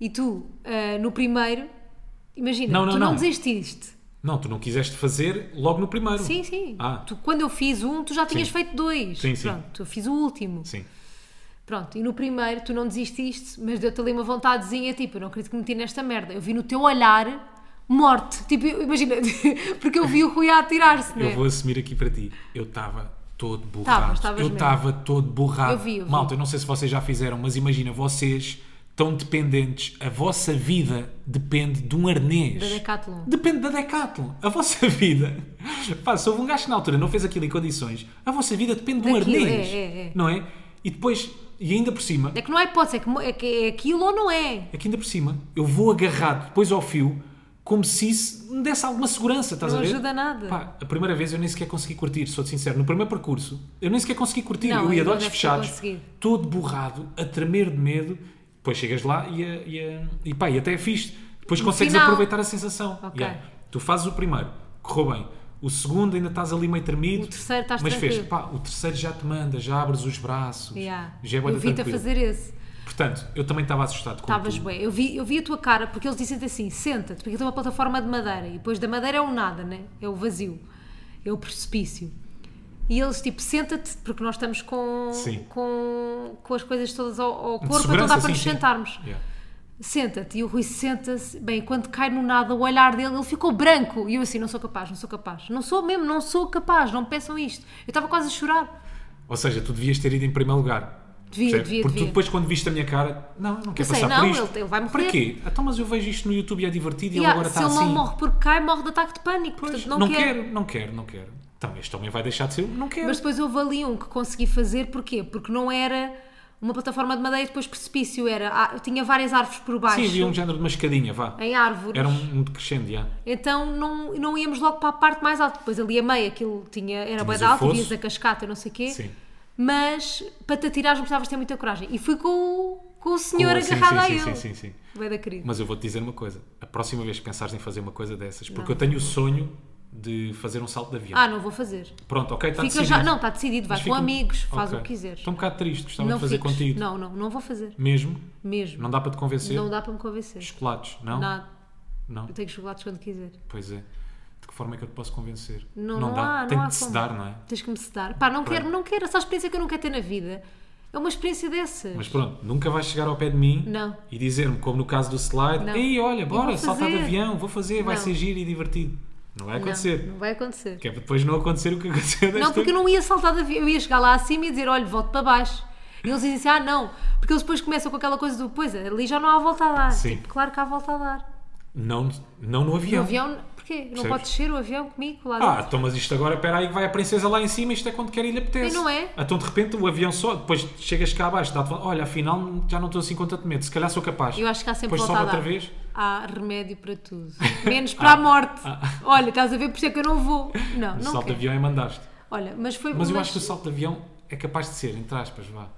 E tu, ah, no primeiro, imagina, Não, não, tu não, não. desististe. Não, tu não quiseste fazer logo no primeiro. Sim, sim. Ah. Tu, quando eu fiz um, tu já tinhas Sim. feito dois. Sim, sim. Pronto, eu fiz o último. Sim. Pronto, e no primeiro tu não desististe, mas deu-te ali uma vontadezinha, tipo, eu não acredito que me meti nesta merda. Eu vi no teu olhar morte. Tipo, eu- imagina, porque eu vi o Rui a atirar-se, não Eu é? vou assumir aqui para ti. Eu estava todo borrado. Tavas, tavas eu mesmo. estava todo borrado. Eu vi, eu vi. Malta, eu não sei se vocês já fizeram, mas imagina, vocês estão dependentes. A vossa vida depende de um arnês. Da Decathlon. Depende da Decathlon. A vossa vida. Pá, se houve um gajo que na altura não fez aquilo em condições, a vossa vida depende de um Daquilo, arnês. é, é, é. Não é? E depois, e ainda por cima, É que não há hipótese, é, que, mo- é, que é aquilo ou não é. é que ainda por cima eu vou agarrado depois ao fio como se isso me desse alguma segurança, estás Não a ver? ajuda nada. Pá, a primeira vez eu nem sequer consegui curtir, sou-te sincero. No primeiro percurso eu nem sequer consegui curtir. Não, eu ia eu de olhos devo ter fechados, conseguido. todo borrado, a tremer de medo. Depois chegas lá e, a- e, a- e pá, e até é fixe. Depois consegues final. aproveitar a sensação. Ok. Tu fazes o primeiro, correu bem. O segundo ainda estás ali meio tremido. O terceiro estás Mas fez, tranquilo. pá, o terceiro já te manda, já abres os braços. Yeah. Já é bué eu da vi-te a tranquilo. fazer esse. Portanto, eu também estava assustado com Estavas bem. Eu vi, eu vi a tua cara, porque eles dizem assim: senta-te, porque eu estou uma plataforma de madeira. E depois da madeira é o nada, né? É o vazio. É o precipício. E eles tipo: senta-te, porque nós estamos com, Sim. com, com as coisas todas ao, ao corpo, De então segurança, dá para sim, nos sim. sentarmos. Yeah. senta-te. E o Rui senta-se, bem, quando cai no nada o olhar dele, ele ficou branco. E eu assim, não sou capaz, não sou capaz. Não sou mesmo, não sou capaz, não me peçam isto. Eu estava quase a chorar. Ou seja, tu devias ter ido em primeiro lugar. Devia, Percebe? devia, Porque devia. tu depois, quando viste a minha cara, não, eu não quero sei, passar não, por isto. ele- ele vai morrer. Para quê? Então, mas eu vejo isto no YouTube e é divertido e E, ele ah, agora se está ele assim. não morre porque cai, morre de ataque de pânico. Portanto, não, quero. não quero, não quero. Então, este homem vai deixar de ser. Não quero. Mas depois houve ali um que consegui fazer, porquê? Porque não era uma plataforma de madeira e depois precipício, era, ah, tinha várias árvores por baixo, Sim, havia um género de mascadinha, vá. em árvores. Era um, um decrescendo, já. Então não, não íamos logo para a parte mais alta. Depois ali a meia, aquilo tinha, era bué Tinhas de o alto, fosso. vias a cascata, não sei o quê. Sim. Mas para te atirares precisavas ter muita coragem. E fui com, o- com o senhor Com- sim, agarrado sim, a sim, ele. sim, sim, sim. Bué da querido. Mas eu vou-te dizer uma coisa. A próxima vez que pensares em fazer uma coisa dessas, porque eu tenho o sonho de fazer um salto de avião. Ah, não vou fazer. Pronto, ok, está Fica Tá decidido. já, não, está decidido, vai Mas com fica- um- amigos, faz Ok. o que quiseres. Estou um bocado triste, gostava não de fazer fiques. contigo. Não, não, não vou fazer. Mesmo? Mesmo. Não dá para te convencer? Não dá para me convencer. Chocolates, não? Nada. Não? Eu tenho chocolates quando quiser. Pois é. De que forma é que eu te posso convencer? Não, não dá. há, não Tem há de se como. dar, não é? Tens que me sedar. Pá, não Pronto. quero, não quero. Essa é experiência que eu não quero ter na vida é uma experiência dessas. Mas pronto, nunca vais chegar ao pé de mim Não. e dizer-me, como no caso do slide, Não. ei, olha, Eu bora, vou salta de fazer." avião, vou fazer, vai Não. ser giro e divertido. Não vai Não, acontecer. Não, vai acontecer. Que é para depois não acontecer o que aconteceu desta Não, porque eu vez. não ia saltar de avião. Eu ia chegar lá acima e dizer, olha, volto para baixo. E eles dizem assim, ah, não. Porque eles depois começam com aquela coisa do, pois, ali já não há volta a dar. Sim. Tipo, claro que há volta a dar. não... não no O avião. avião, porquê? Não Percebes? pode descer o avião comigo lá Ah, dentro? então mas isto agora, espera aí que vai a princesa lá em cima, isto é quando quer e lhe apetece. E não é? Então de repente o avião só, depois chegas cá abaixo, dá-te vontade, olha, afinal já não estou assim com tanto medo, se calhar sou capaz. Eu acho que há sempre Depois volta sobe a dar. outra vez. Ah. Há remédio para tudo. Menos para a morte. Olha, estás a ver, por isso é que eu não vou. Não, O não salto de quero. Ah. avião é mandaste. Olha, mas foi... Mas eu acho que o salto de avião é capaz de ser, entre aspas, vá,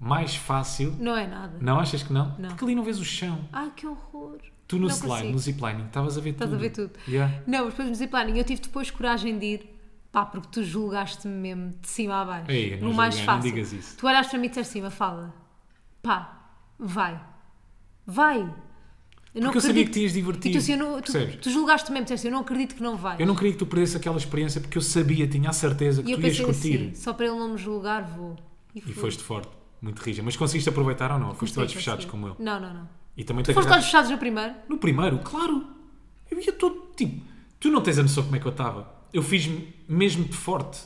mais fácil. Não é nada. Não achas que não? Não. Porque ali não vês o chão. Ai, que horror. Tu Não no slide, consigo. no ziplining, estavas a ver Estás tudo. a ver tudo. Yeah. Não, mas depois no ziplining eu tive depois coragem de ir. Pá, porque tu julgaste-me mesmo de cima a baixo. Ei, não no mais julguei, não fácil. digas isso. Tu olhaste para mim e disseste assim, fala. Pá, vai. Vai. Eu Porque eu sabia que te ias divertir. E tu, assim, eu não- tu, Percebes? tu julgaste mesmo, disseste, eu não acredito que não vai. Eu não queria que tu perdesse aquela experiência porque eu sabia, tinha a certeza que e eu tu ias pensei curtir. assim, só para ele não me julgar, vou. E fui. foste forte, muito rija. Mas conseguiste aproveitar ou não? Foste Sim, olhos fechados consegui. como eu. é Não, não, não. E também te Foste agarraste- olhos fechados no primeiro? No primeiro, claro. Eu ia todo tipo. Tu não tens a noção como é que eu estava. Eu fiz me mesmo de forte.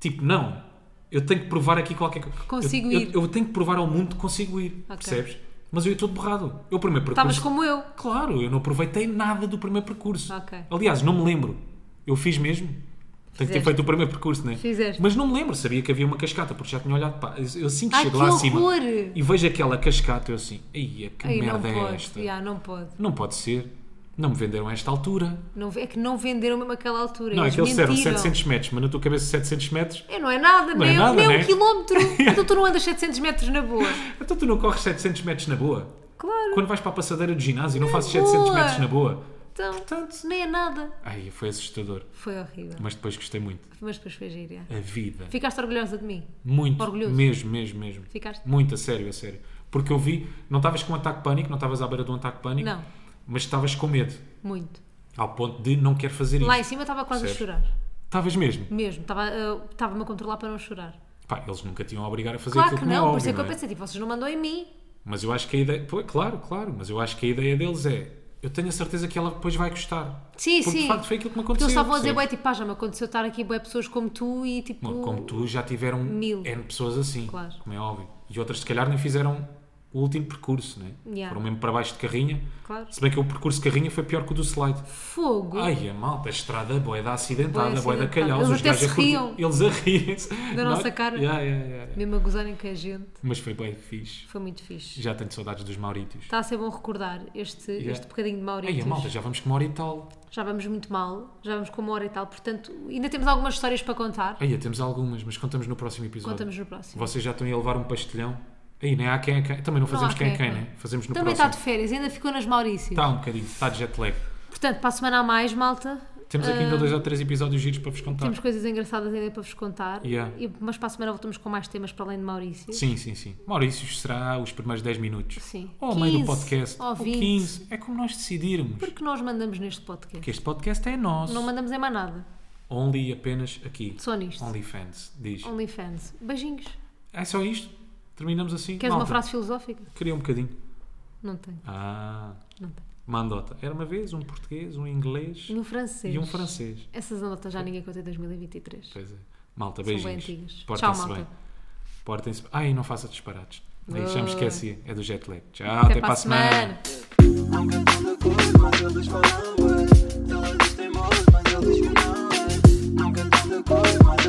Tipo, não. Eu tenho que provar aqui qualquer coisa. Consigo eu, ir. Eu, eu tenho que provar ao mundo que consigo ir. Percebes? Mas eu ia todo borrado. Eu o primeiro Estavas percurso. como eu. Claro, eu não aproveitei nada do primeiro percurso. Ok. Aliás, não me lembro. Eu fiz mesmo. Tenho que ter Fizeste. feito o primeiro percurso, não é? Fizeste. Mas não me lembro, sabia que havia uma cascata, porque já tinha olhado para. Eu assim que Ai, chego que lá acima horror! e vejo aquela cascata, eu assim, ai, que Ai, não merda é pode. esta? Ya, não pode. Não pode ser. Não me venderam a esta altura. Não, é que não venderam mesmo aquela altura. não, é eles que eles disseram mentiram. 700 metros, mas na tua cabeça 700 metros. É, não é nada, Não é nem, nada, nem né? um quilómetro. então tu não andas 700 metros na boa. Então tu não corres 700 metros na boa? Claro. Quando vais para a passadeira do ginásio não fazes boa. 700 metros na boa? Então, Portanto- nem é nada. Ai, foi assustador. Foi horrível. Mas depois gostei muito. Mas depois foi gíria. A vida. Ficaste orgulhosa de mim? Muito. Orgulhoso. Mesmo, mesmo, mesmo. Ficaste? Muito, a sério, a sério. Porque eu vi, não estavas com um ataque de pânico, não estavas à beira de um ataque de pânico, Não. mas estavas com medo, Muito. ao ponto de não quero fazer Lá em isto. cima eu estava quase Percebes? a chorar. Estavas mesmo. Mesmo. Estava, ah, Estava-me a controlar para não chorar. Pá, eles nunca tinham a obrigar a fazer claro aquilo que como é não. por óbvio, isso é que não eu é? pensei, tipo, vocês não mandam em mim. Mas eu acho que a ideia. Pô, claro, claro, mas eu acho que a ideia deles é. Eu tenho a certeza que ela depois vai gostar. Sim, Porque sim. de facto foi aquilo que me Porque aconteceu. eles estavam a dizer, percebes? bué, tipo, pá, já me aconteceu estar aqui, bué, pessoas como tu e, tipo... Bom, Como tu já tiveram Mil. N pessoas assim, Claro. como é óbvio. E outras, se calhar, nem fizeram o último percurso, né? Yeah. Foram mesmo para baixo de carrinha. Claro. Se bem que o percurso de carrinha foi pior que o do slide. Fogo. Ai, a malta, a estrada boeda acidentada, Bué boeda acidentada. calhaus. Eles os até gajos se a curtir- riam. Eles a riem-se. Da Não- nossa cara. Yeah, yeah, yeah, yeah. Mesmo a gozarem com a gente. Mas foi bem fixe. Foi muito fixe. Já tenho saudades dos Maurítios. Está a ser bom recordar este, Yeah. este bocadinho de Ai, a Maurícios. malta, já vamos com uma hora e tal. Já vamos muito mal, já vamos com uma hora e tal, portanto, ainda temos algumas histórias para contar. Aí, temos algumas, mas contamos no próximo episódio. Contamos no próximo. Vocês já estão a levar um pastelhão. Aí, nem há quem é quem. Também não fazemos há quem é quem é quem, quem. né? Fazemos no Também tá está de próximo. férias, ainda ficou nas Maurícios. Está um bocadinho, está de jet lag. Portanto, para a semana a mais, malta, Temos aqui ainda dois ou três episódios giros para vos contar. Ah, temos coisas engraçadas ainda para vos contar. Yeah. E- mas para a semana voltamos com mais temas para além de Maurício. Sim, sim, sim. Maurício será os primeiros 10 minutos. Sim. Ou ao meio do 15, podcast. ou Ou 20. 15. É como nós decidirmos. Porque nós mandamos neste podcast. Porque este podcast é nosso. Não mandamos em mais nada. Only apenas aqui. Só nisto. OnlyFans. Diz. OnlyFans. Beijinhos. É só isto? Terminamos assim? Queres uma Malta, frase filosófica? Queria um bocadinho. Não tenho, Ah, não tenho. uma andota. Era uma vez um português, um inglês E um francês. e um francês. Essas anotas já ninguém conta em 2023. Pois é. Malta, bem beijinhos. antigas. Portem-se Tchau, malta. bem. Portem-se bem. Ai, não faça disparates. Ai, Já me Ah. esqueci. É do jet lag. Tchau, até, para a semana. Não cantando cores, mas eles falam bué. Todos têm mas eles que não é. Não cantando cores, mas